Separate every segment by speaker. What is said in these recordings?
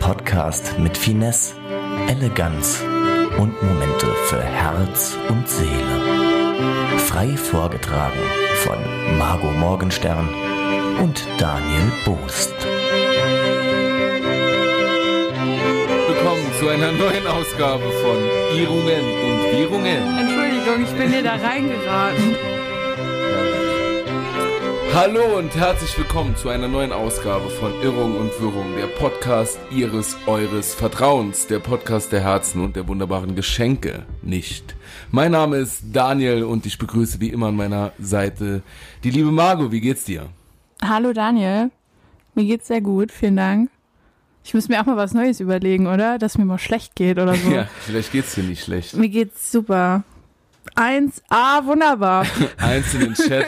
Speaker 1: Podcast mit Finesse, Eleganz und Momente für Herz und Seele. Frei vorgetragen von Margot Morgenstern und Daniel Boost.
Speaker 2: Willkommen zu einer neuen Ausgabe von Irrungen und Wirrungen.
Speaker 3: Entschuldigung, ich bin hier da reingeraten.
Speaker 2: Hallo und herzlich willkommen zu einer neuen Ausgabe von Irrung und Wirrung, der Podcast Ihres, Eures Vertrauens, der Podcast der Herzen und der wunderbaren Geschenke. Nicht. Mein Name ist Daniel und ich begrüße wie immer an meiner Seite die liebe Margot. Wie geht's dir?
Speaker 3: Hallo Daniel, mir geht's sehr gut, vielen Dank. Ich muss mir auch mal was Neues überlegen, oder? Dass mir mal schlecht geht oder so.
Speaker 2: Ja, vielleicht geht's dir nicht schlecht.
Speaker 3: Mir geht's super. 1A, wunderbar.
Speaker 2: Eins in den Chat.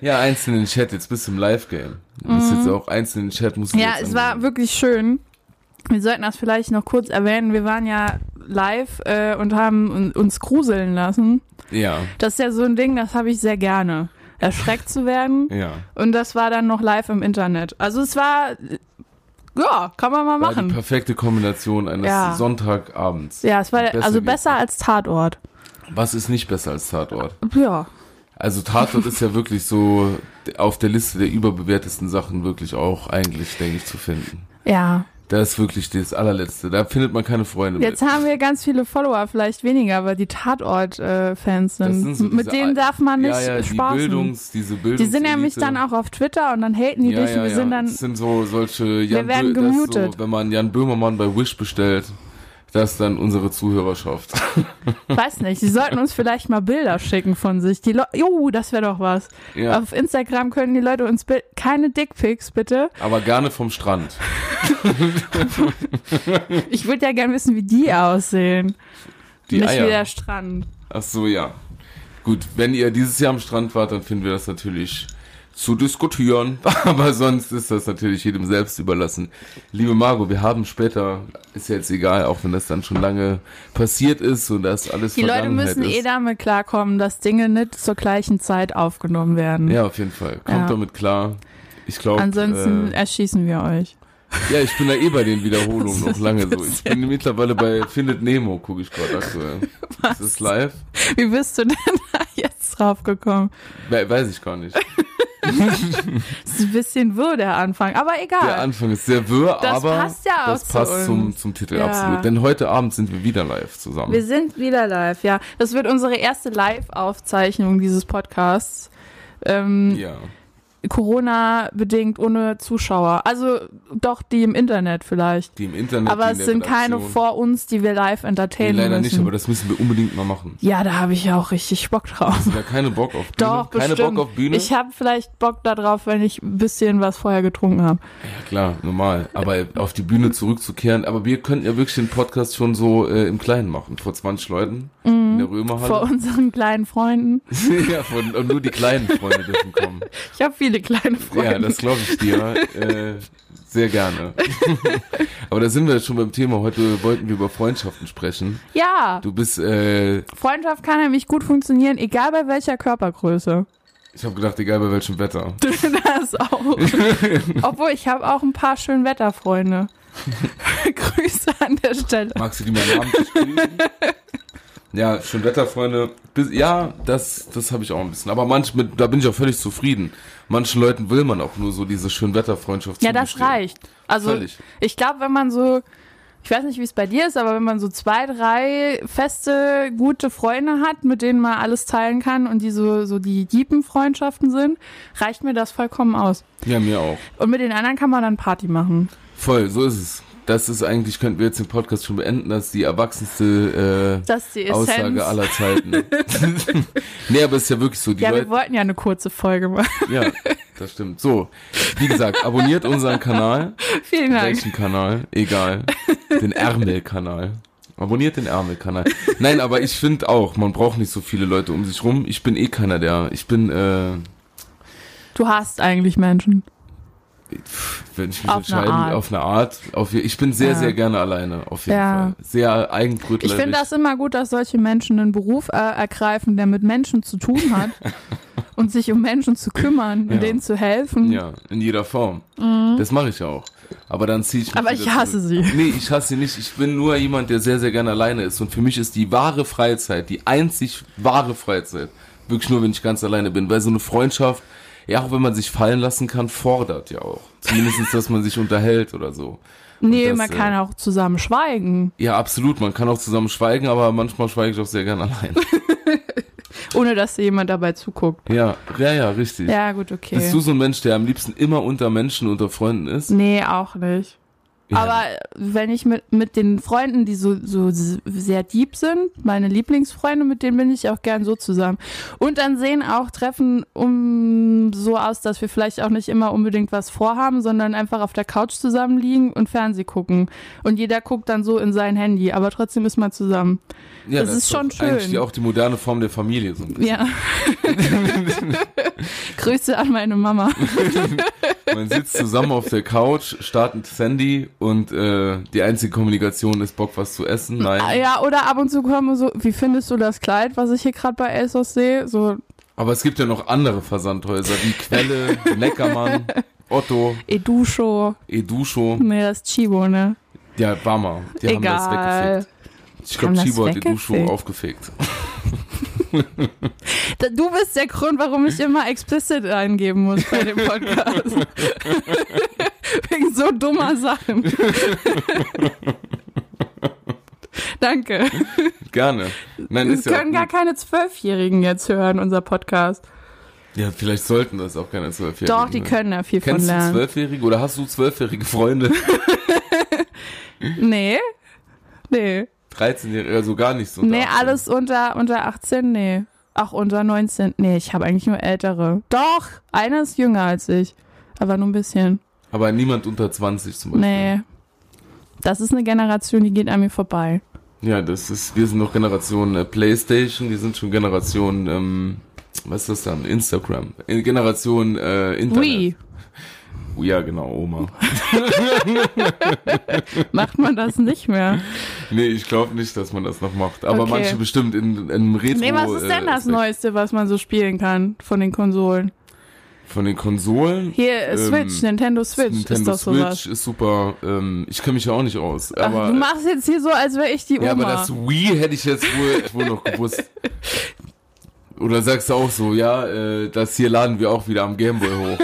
Speaker 2: Ja, eins in den Chat. Jetzt bist du im Live-Game. Du bist jetzt auch eins in den Chat. Musst du
Speaker 3: Mhm. ja,
Speaker 2: jetzt
Speaker 3: es war
Speaker 2: angehen.
Speaker 3: wirklich schön. Wir sollten das vielleicht noch kurz erwähnen. Wir waren ja live äh, und haben un- uns gruseln lassen.
Speaker 2: Ja,
Speaker 3: Das ist ja so ein Ding, das habe ich sehr gerne. Erschreckt zu werden.
Speaker 2: ja.
Speaker 3: Und das war dann noch live im Internet. Also es war, ja, kann man mal
Speaker 2: War die
Speaker 3: machen.
Speaker 2: perfekte Kombination eines
Speaker 3: Ja.
Speaker 2: Sonntagabends.
Speaker 3: Ja, es war
Speaker 2: Besser
Speaker 3: also
Speaker 2: geht's
Speaker 3: besser als Tatort.
Speaker 2: Was ist nicht besser als Tatort?
Speaker 3: Ja.
Speaker 2: Also Tatort ist ja wirklich so auf der Liste der überbewertesten Sachen wirklich auch eigentlich, denke ich, zu finden.
Speaker 3: Ja.
Speaker 2: Das ist wirklich das allerletzte. Da findet man keine Freunde
Speaker 3: Jetzt
Speaker 2: mit.
Speaker 3: haben wir ganz viele Follower, vielleicht weniger, weil die Tatort-Fans
Speaker 2: Das
Speaker 3: sind.
Speaker 2: so
Speaker 3: Mit
Speaker 2: diese
Speaker 3: denen
Speaker 2: Al-
Speaker 3: darf man nicht
Speaker 2: ja, ja,
Speaker 3: spaßen.
Speaker 2: Die, Bildungs, diese Bildungs
Speaker 3: die sind nämlich dann auch auf Twitter und dann haten die
Speaker 2: ja,
Speaker 3: dich
Speaker 2: ja,
Speaker 3: und wir
Speaker 2: ja.
Speaker 3: sind dann.
Speaker 2: das sind so solche Jan
Speaker 3: werden
Speaker 2: Bö- das ist
Speaker 3: gemutet.
Speaker 2: So, wenn man Jan Böhmermann bei Wish bestellt, das dann unsere Zuhörerschaft.
Speaker 3: Weiß nicht, sie sollten uns vielleicht mal Bilder schicken von sich. Die Le Jo, das wäre doch was.
Speaker 2: Ja.
Speaker 3: Auf Instagram können die Leute uns Bild keine Dickpics, bitte.
Speaker 2: Aber gerne vom Strand.
Speaker 3: Ich würde ja gerne wissen, wie die aussehen.
Speaker 2: Die
Speaker 3: nicht
Speaker 2: Eier.
Speaker 3: wie der Strand.
Speaker 2: Ach so, ja. Gut, wenn ihr dieses Jahr am Strand wart, dann finden wir das natürlich zu diskutieren. Aber sonst ist das natürlich jedem selbst überlassen. Liebe Margot, wir haben später, ist ja jetzt egal, auch wenn das dann schon lange passiert ist und das alles
Speaker 3: Die Leute
Speaker 2: Vergangenheit
Speaker 3: müssen eh
Speaker 2: ist.
Speaker 3: damit klarkommen, dass Dinge nicht zur gleichen Zeit aufgenommen werden.
Speaker 2: Ja, auf jeden Fall. Kommt
Speaker 3: Ja.
Speaker 2: damit klar. Ich glaube,
Speaker 3: Ansonsten
Speaker 2: äh,
Speaker 3: erschießen wir euch.
Speaker 2: ja, ich bin da eh bei den Wiederholungen
Speaker 3: Das
Speaker 2: noch
Speaker 3: ist
Speaker 2: lange
Speaker 3: ein
Speaker 2: so. Ich bin mittlerweile bei Findet Nemo, gucke ich gerade aktuell. Ist das live?
Speaker 3: Wie bist du denn da jetzt drauf gekommen?
Speaker 2: We weiß ich gar nicht.
Speaker 3: Das ist ein bisschen wirr, der Anfang, aber
Speaker 2: Der
Speaker 3: egal.
Speaker 2: Anfang ist sehr wirr,
Speaker 3: Ah. Das
Speaker 2: aber
Speaker 3: passt ja auch
Speaker 2: das
Speaker 3: zu
Speaker 2: passt
Speaker 3: uns.
Speaker 2: zum, zum Titel
Speaker 3: Ja.
Speaker 2: absolut. Denn heute Abend sind wir wieder live zusammen.
Speaker 3: Wir sind wieder live, ja. Das wird unsere erste Live-Aufzeichnung dieses Podcasts. Ähm,
Speaker 2: ja.
Speaker 3: Corona-bedingt ohne Zuschauer. Also doch die im Internet vielleicht.
Speaker 2: Die im Internet. die
Speaker 3: Aber
Speaker 2: in
Speaker 3: es
Speaker 2: der
Speaker 3: sind keine
Speaker 2: Redaktion.
Speaker 3: vor uns, die wir live
Speaker 2: Nee,
Speaker 3: entertainen
Speaker 2: leider nicht,
Speaker 3: müssen.
Speaker 2: aber das müssen wir unbedingt mal machen.
Speaker 3: ja, da habe ich ja auch richtig Bock drauf.
Speaker 2: Da keine Bock auf Bühne.
Speaker 3: Doch,
Speaker 2: keine
Speaker 3: bestimmt.
Speaker 2: Bock auf Bühne.
Speaker 3: Ich habe vielleicht Bock darauf, wenn ich ein bisschen was vorher getrunken habe.
Speaker 2: ja, klar, normal. Aber auf die Bühne zurückzukehren. Aber wir könnten ja wirklich den Podcast schon so äh, im Kleinen machen. Vor 20 Leuten in der
Speaker 3: Mhm. Vor
Speaker 2: Römerhalle.
Speaker 3: unseren kleinen Freunden.
Speaker 2: ja, von, und nur die kleinen Freunde dürfen kommen.
Speaker 3: Ich habe viele kleine Freunde.
Speaker 2: Ja, das glaube ich dir. äh, sehr gerne. Aber da sind wir jetzt schon beim Thema. Heute wollten wir über Freundschaften sprechen.
Speaker 3: Ja,
Speaker 2: Du bist, äh,
Speaker 3: Freundschaft kann nämlich gut funktionieren, egal bei welcher Körpergröße.
Speaker 2: ich habe gedacht, egal bei welchem Wetter.
Speaker 3: Das auch. Obwohl, ich habe auch ein paar schöne Wetterfreunde. Grüße an der Stelle.
Speaker 2: Magst du die mal namentlich grüßen? Ja, schön Wetter, Freunde. Bis, ja, das, das habe ich auch ein bisschen. Aber manch, mit, da bin ich auch völlig zufrieden. Manchen Leuten will man auch nur so diese schön Wetterfreundschaft
Speaker 3: Ja, das
Speaker 2: zugestehen.
Speaker 3: reicht. Also
Speaker 2: Völlig.
Speaker 3: ich glaube, wenn man so, ich weiß nicht, wie es bei dir ist, aber wenn man so zwei, drei feste, gute Freunde hat, mit denen man alles teilen kann und die so, so die diepen Freundschaften sind, reicht mir das vollkommen aus.
Speaker 2: Ja, mir auch.
Speaker 3: Und mit den anderen kann man dann Party machen.
Speaker 2: Voll, so ist es. Das ist eigentlich, könnten wir jetzt den Podcast schon beenden, das ist die erwachsenste äh,
Speaker 3: Das ist die Essenz.
Speaker 2: Aussage aller Zeiten. nee, aber es ist ja wirklich so. Die
Speaker 3: ja, wir
Speaker 2: Leute,
Speaker 3: wollten ja eine kurze Folge machen.
Speaker 2: ja, das stimmt. So, wie gesagt, abonniert unseren Kanal.
Speaker 3: Vielen Dank.
Speaker 2: Welchen Kanal? Egal. Den Ärmelkanal. Abonniert den Ärmelkanal. Nein, aber ich finde auch, man braucht nicht so viele Leute um sich rum. Ich bin eh keiner der. Ich bin, äh,
Speaker 3: Du hast eigentlich Menschen.
Speaker 2: wenn ich mich
Speaker 3: Auf eine
Speaker 2: entscheiden,
Speaker 3: Art.
Speaker 2: auf eine Art. Auf, ich bin sehr,
Speaker 3: Ja.
Speaker 2: sehr gerne alleine, auf jeden
Speaker 3: Ja.
Speaker 2: Fall. Sehr eigenbrötlerisch.
Speaker 3: Ich finde das immer gut, dass solche Menschen einen Beruf äh, ergreifen, der mit Menschen zu tun hat und sich um Menschen zu kümmern
Speaker 2: Ja.
Speaker 3: und denen zu helfen.
Speaker 2: Ja, in jeder Form. Das mache ich auch. Aber dann ziehe ich mich
Speaker 3: Mhm. Aber
Speaker 2: wieder
Speaker 3: ich hasse
Speaker 2: zurück.
Speaker 3: sie.
Speaker 2: Nee, ich hasse sie nicht. Ich bin nur jemand, der sehr, sehr gerne alleine ist. Und für mich ist die wahre Freizeit, die einzig wahre Freizeit, wirklich nur, wenn ich ganz alleine bin. Weil so eine Freundschaft, ja, auch wenn man sich fallen lassen kann, fordert ja auch. Zumindestens, dass man sich unterhält oder so.
Speaker 3: Nee,
Speaker 2: das,
Speaker 3: man
Speaker 2: äh,
Speaker 3: kann auch zusammen schweigen,
Speaker 2: Ja, absolut. Man kann auch zusammen schweigen, aber manchmal schweige ich auch sehr gerne allein.
Speaker 3: ohne dass dir jemand dabei zuguckt.
Speaker 2: Ja, ja, ja, richtig.
Speaker 3: Ja, gut, okay.
Speaker 2: Bist du so ein Mensch, der am liebsten immer unter Menschen, unter Freunden ist?
Speaker 3: Nee, auch nicht.
Speaker 2: Ja.
Speaker 3: Aber wenn ich mit, mit den Freunden, die so, so s- sehr deep sind, meine Lieblingsfreunde, mit denen bin ich auch gern so zusammen. Und dann sehen auch Treffen um so aus, dass wir vielleicht auch nicht immer unbedingt was vorhaben, sondern einfach auf der Couch zusammen liegen und Fernseh gucken. Und jeder guckt dann so in sein Handy, aber trotzdem ist man zusammen.
Speaker 2: Ja,
Speaker 3: das ist
Speaker 2: doch
Speaker 3: schon schön.
Speaker 2: Eigentlich die- auch die moderne Form der Familie so ein bisschen.
Speaker 3: Ja. Grüße an meine Mama.
Speaker 2: Man sitzt zusammen auf der Couch, starrt ein Handy und äh, die einzige Kommunikation ist Bock was zu essen. Nein.
Speaker 3: Ah, Ja, oder ab und zu kommen so, wie findest du das Kleid, was ich hier gerade bei ASOS sehe? So
Speaker 2: Aber es gibt ja noch andere Versandhäuser wie Quelle, Neckermann, Otto,
Speaker 3: Edusho.
Speaker 2: Edusho.
Speaker 3: Nee, das ist Chibo, ne?
Speaker 2: Ja, Barmer. Die haben
Speaker 3: Egal.
Speaker 2: das weggefickt. Ich glaube,
Speaker 3: Haben das
Speaker 2: Chibo hat Edusho
Speaker 3: weggefickt.
Speaker 2: aufgefickt.
Speaker 3: Da- Du bist der Grund, warum ich immer explicit eingeben muss bei dem Podcast. Wegen so dummer Sachen. Danke.
Speaker 2: Gerne. Nein,
Speaker 3: Das
Speaker 2: ist ja, auch
Speaker 3: können gar
Speaker 2: gut.
Speaker 3: keine Zwölfjährigen jetzt hören, unser Podcast.
Speaker 2: ja, vielleicht sollten das auch keine Zwölfjährigen.
Speaker 3: Doch, die
Speaker 2: ne?
Speaker 3: können da viel
Speaker 2: Kennst
Speaker 3: von
Speaker 2: du
Speaker 3: lernen.
Speaker 2: Zwölfjährige oder hast du zwölfjährige Freunde?
Speaker 3: Nee? Nee.
Speaker 2: 13-Jährige, also gar nicht so.
Speaker 3: Nee,
Speaker 2: da.
Speaker 3: alles unter, unter 18, nee. Auch unter 19. Nee, ich habe eigentlich nur ältere. Doch, einer ist jünger als ich. Aber nur ein bisschen.
Speaker 2: Aber niemand unter 20 zum Beispiel.
Speaker 3: Nee. Das ist eine Generation, die geht an mir vorbei.
Speaker 2: Ja, das ist, wir sind noch Generation äh, Playstation, wir sind schon Generation, ähm, was ist das dann? Instagram. Äh, Generation äh, Internet.
Speaker 3: Ui,
Speaker 2: Oh, Ja, genau, Oma.
Speaker 3: macht man das nicht mehr.
Speaker 2: Nee, ich glaube nicht, dass man das noch macht. Aber
Speaker 3: Okay.
Speaker 2: manche bestimmt in, in einem Retro.
Speaker 3: Nee, was ist denn
Speaker 2: äh,
Speaker 3: das
Speaker 2: Aspekt.
Speaker 3: Neueste, was man so spielen kann von den Konsolen?
Speaker 2: Von den Konsolen.
Speaker 3: Hier, äh,
Speaker 2: Ähm,
Speaker 3: Switch, Nintendo Switch ist
Speaker 2: Nintendo
Speaker 3: doch sowas.
Speaker 2: Switch ist super. Ähm, ich kenne mich ja auch nicht aus.
Speaker 3: Ach,
Speaker 2: Aber, äh,
Speaker 3: du machst jetzt hier so, als wäre ich die Oma.
Speaker 2: ja, aber das Wii hätte ich jetzt wohl, wohl noch gewusst. Oder sagst du auch so, ja, äh, das hier laden wir auch wieder am Gameboy hoch.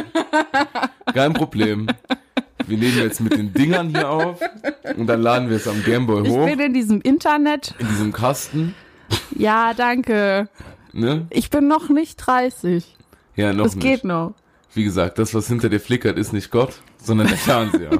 Speaker 2: Kein Problem. Wir nehmen jetzt mit den Dingern hier auf und dann laden wir es am Gameboy
Speaker 3: ich
Speaker 2: hoch
Speaker 3: bin in diesem Internet.
Speaker 2: in diesem Kasten.
Speaker 3: Ja, danke.
Speaker 2: Ne?
Speaker 3: Ich bin noch nicht 30.
Speaker 2: Ja, noch
Speaker 3: Das
Speaker 2: nicht.
Speaker 3: geht noch.
Speaker 2: Wie gesagt, das, was hinter dir flickert, ist nicht Gott, sondern der Fernseher.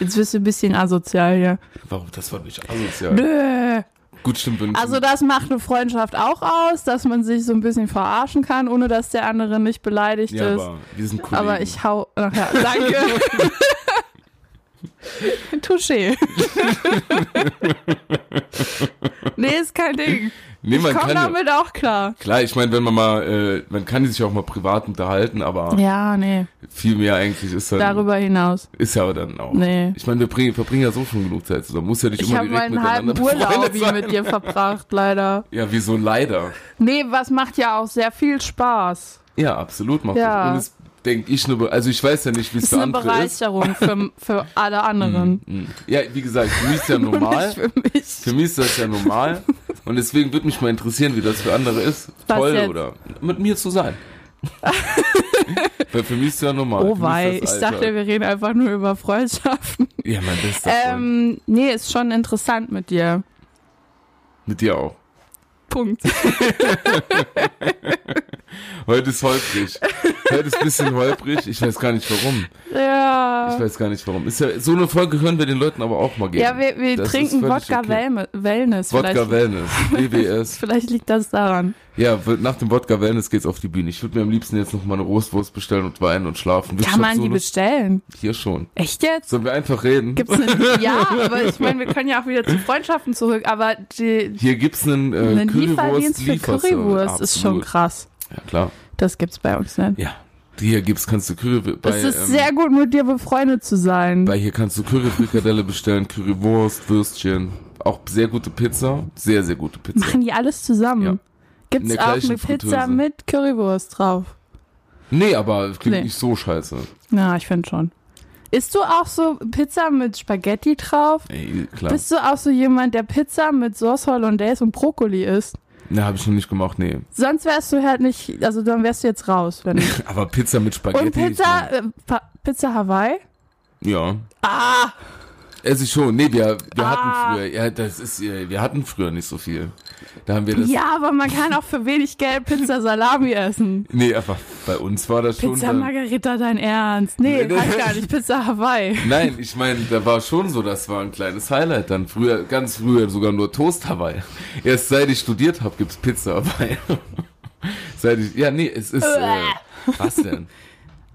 Speaker 3: Jetzt wirst du ein bisschen asozial hier.
Speaker 2: Warum? Das war nicht asozial.
Speaker 3: Nö.
Speaker 2: Gut, stimmt. Wenn
Speaker 3: Also das macht eine Freundschaft auch aus, dass man sich so ein bisschen verarschen kann, ohne dass der andere nicht beleidigt
Speaker 2: ja,
Speaker 3: ist.
Speaker 2: aber wir sind Kollegen.
Speaker 3: Aber ich hau. Ach ja, danke. Touché. nee, ist kein Ding.
Speaker 2: nee, man
Speaker 3: Komm
Speaker 2: kann ja-
Speaker 3: damit auch klar.
Speaker 2: Klar, ich meine, wenn man mal, äh, man kann sich auch mal privat unterhalten, aber
Speaker 3: Ja, nee.
Speaker 2: viel mehr eigentlich ist dann,
Speaker 3: Darüber hinaus.
Speaker 2: ist ja dann auch.
Speaker 3: Nee.
Speaker 2: Ich meine, wir bring, verbringen ja so schon genug Zeit zusammen. Muss ja nicht
Speaker 3: Ich
Speaker 2: immer
Speaker 3: habe
Speaker 2: direkt
Speaker 3: meinen halben
Speaker 2: miteinander
Speaker 3: Urlaub
Speaker 2: befreundet
Speaker 3: hier
Speaker 2: sein.
Speaker 3: mit dir verbracht, leider.
Speaker 2: Ja, wieso leider?
Speaker 3: Nee, was macht ja auch sehr viel Spaß.
Speaker 2: Ja, absolut macht das.
Speaker 3: Ja.
Speaker 2: Und es denke ich nur, also ich weiß ja nicht, wie es
Speaker 3: Ist
Speaker 2: für
Speaker 3: eine
Speaker 2: andere ist.
Speaker 3: Bereicherung für, für alle anderen.
Speaker 2: Hm. Ja, wie gesagt, für mich ist ja normal.
Speaker 3: Für mich.
Speaker 2: Für mich ist das ja normal. Und deswegen würde mich mal interessieren, wie das für andere ist.
Speaker 3: Was
Speaker 2: Toll
Speaker 3: jetzt?
Speaker 2: oder mit mir zu sein. Weil für mich ist ja normal. Für mich ist
Speaker 3: Oh wei, ich
Speaker 2: das
Speaker 3: dachte,
Speaker 2: Alltag.
Speaker 3: wir reden einfach nur über Freundschaften.
Speaker 2: Ja, mein bester Freund.
Speaker 3: Ähm, nee, ist schon interessant mit dir.
Speaker 2: Mit dir auch.
Speaker 3: Punkt.
Speaker 2: Heute ist holprig. Heute ist ein bisschen holprig. Ich weiß gar nicht warum. Ich
Speaker 3: Ja.
Speaker 2: weiß gar nicht warum. Ist ja, so eine Folge können wir den Leuten aber auch mal geben.
Speaker 3: Ah. Ja, wir, wir
Speaker 2: Das ist
Speaker 3: trinken
Speaker 2: völlig
Speaker 3: Wodka
Speaker 2: okay.
Speaker 3: Wellme- Wellness.
Speaker 2: Wodka
Speaker 3: vielleicht,
Speaker 2: Wellness, WWS.
Speaker 3: vielleicht liegt das daran.
Speaker 2: Ja, wird- nach dem Wodka Wellness geht's auf die Bühne. Ich würde mir am liebsten jetzt noch mal eine Rostwurst bestellen und weinen und schlafen. Ich
Speaker 3: Kann
Speaker 2: hab
Speaker 3: man
Speaker 2: so
Speaker 3: die
Speaker 2: Lust-
Speaker 3: bestellen?
Speaker 2: Hier schon.
Speaker 3: Echt jetzt?
Speaker 2: Sollen wir einfach reden?
Speaker 3: Gibt's eine, ja, aber ich meine, wir können ja auch wieder zu Freundschaften zurück, aber die,
Speaker 2: Hier gibt's einen äh,
Speaker 3: einen
Speaker 2: Currywurst
Speaker 3: Lieferdienst für Currywurst ist schon krass.
Speaker 2: Ja, klar.
Speaker 3: Das gibt's bei uns nicht.
Speaker 2: Ja. Hier gibt's, kannst du Currywurst bei,
Speaker 3: es ist
Speaker 2: ähm,
Speaker 3: sehr gut, mit dir befreundet zu sein.
Speaker 2: bei hier kannst du Curryfrikadelle bestellen, Currywurst, Würstchen, auch sehr gute Pizza, sehr sehr gute Pizza.
Speaker 3: Machen die alles zusammen.
Speaker 2: Ja. In
Speaker 3: Gibt's
Speaker 2: der
Speaker 3: auch eine
Speaker 2: gleichen
Speaker 3: Pizza
Speaker 2: Fritteuse.
Speaker 3: mit Currywurst drauf?
Speaker 2: Nee, aber es klingt
Speaker 3: Nee.
Speaker 2: nicht so scheiße.
Speaker 3: Ja, ich finde schon. Isst du auch so Pizza mit Spaghetti drauf?
Speaker 2: Ey, klar.
Speaker 3: Bist du auch so jemand, der Pizza mit Sauce Hollandaise und Brokkoli isst?
Speaker 2: Na, habe ich noch nicht gemacht, nee.
Speaker 3: Sonst wärst du halt nicht, also dann wärst du jetzt raus. Wenn
Speaker 2: Aber Pizza mit Spaghetti.
Speaker 3: und Pizza, äh, Pa- Pizza Hawaii?
Speaker 2: Ich mein, ja. Ah! Esse ich schon. Nee, wir, wir
Speaker 3: Ah.
Speaker 2: hatten früher, ja, das ist, äh, wir hatten früher nicht so viel. Da haben wir das.
Speaker 3: Ja, aber man kann auch für wenig Geld Pizza Salami essen.
Speaker 2: Nee, aber bei uns war das schon.
Speaker 3: Pizza
Speaker 2: dann-
Speaker 3: Margarita, dein Ernst? Nee,
Speaker 2: Nee,
Speaker 3: weiß
Speaker 2: das-
Speaker 3: gar nicht. Pizza Hawaii.
Speaker 2: Nein, ich meine, da war schon so, das war ein kleines Highlight dann. Früher, ganz früher sogar nur Toast Hawaii. Erst seit ich studiert habe, gibt's Pizza Hawaii. seit ich, ja, nee, es ist, äh, was denn?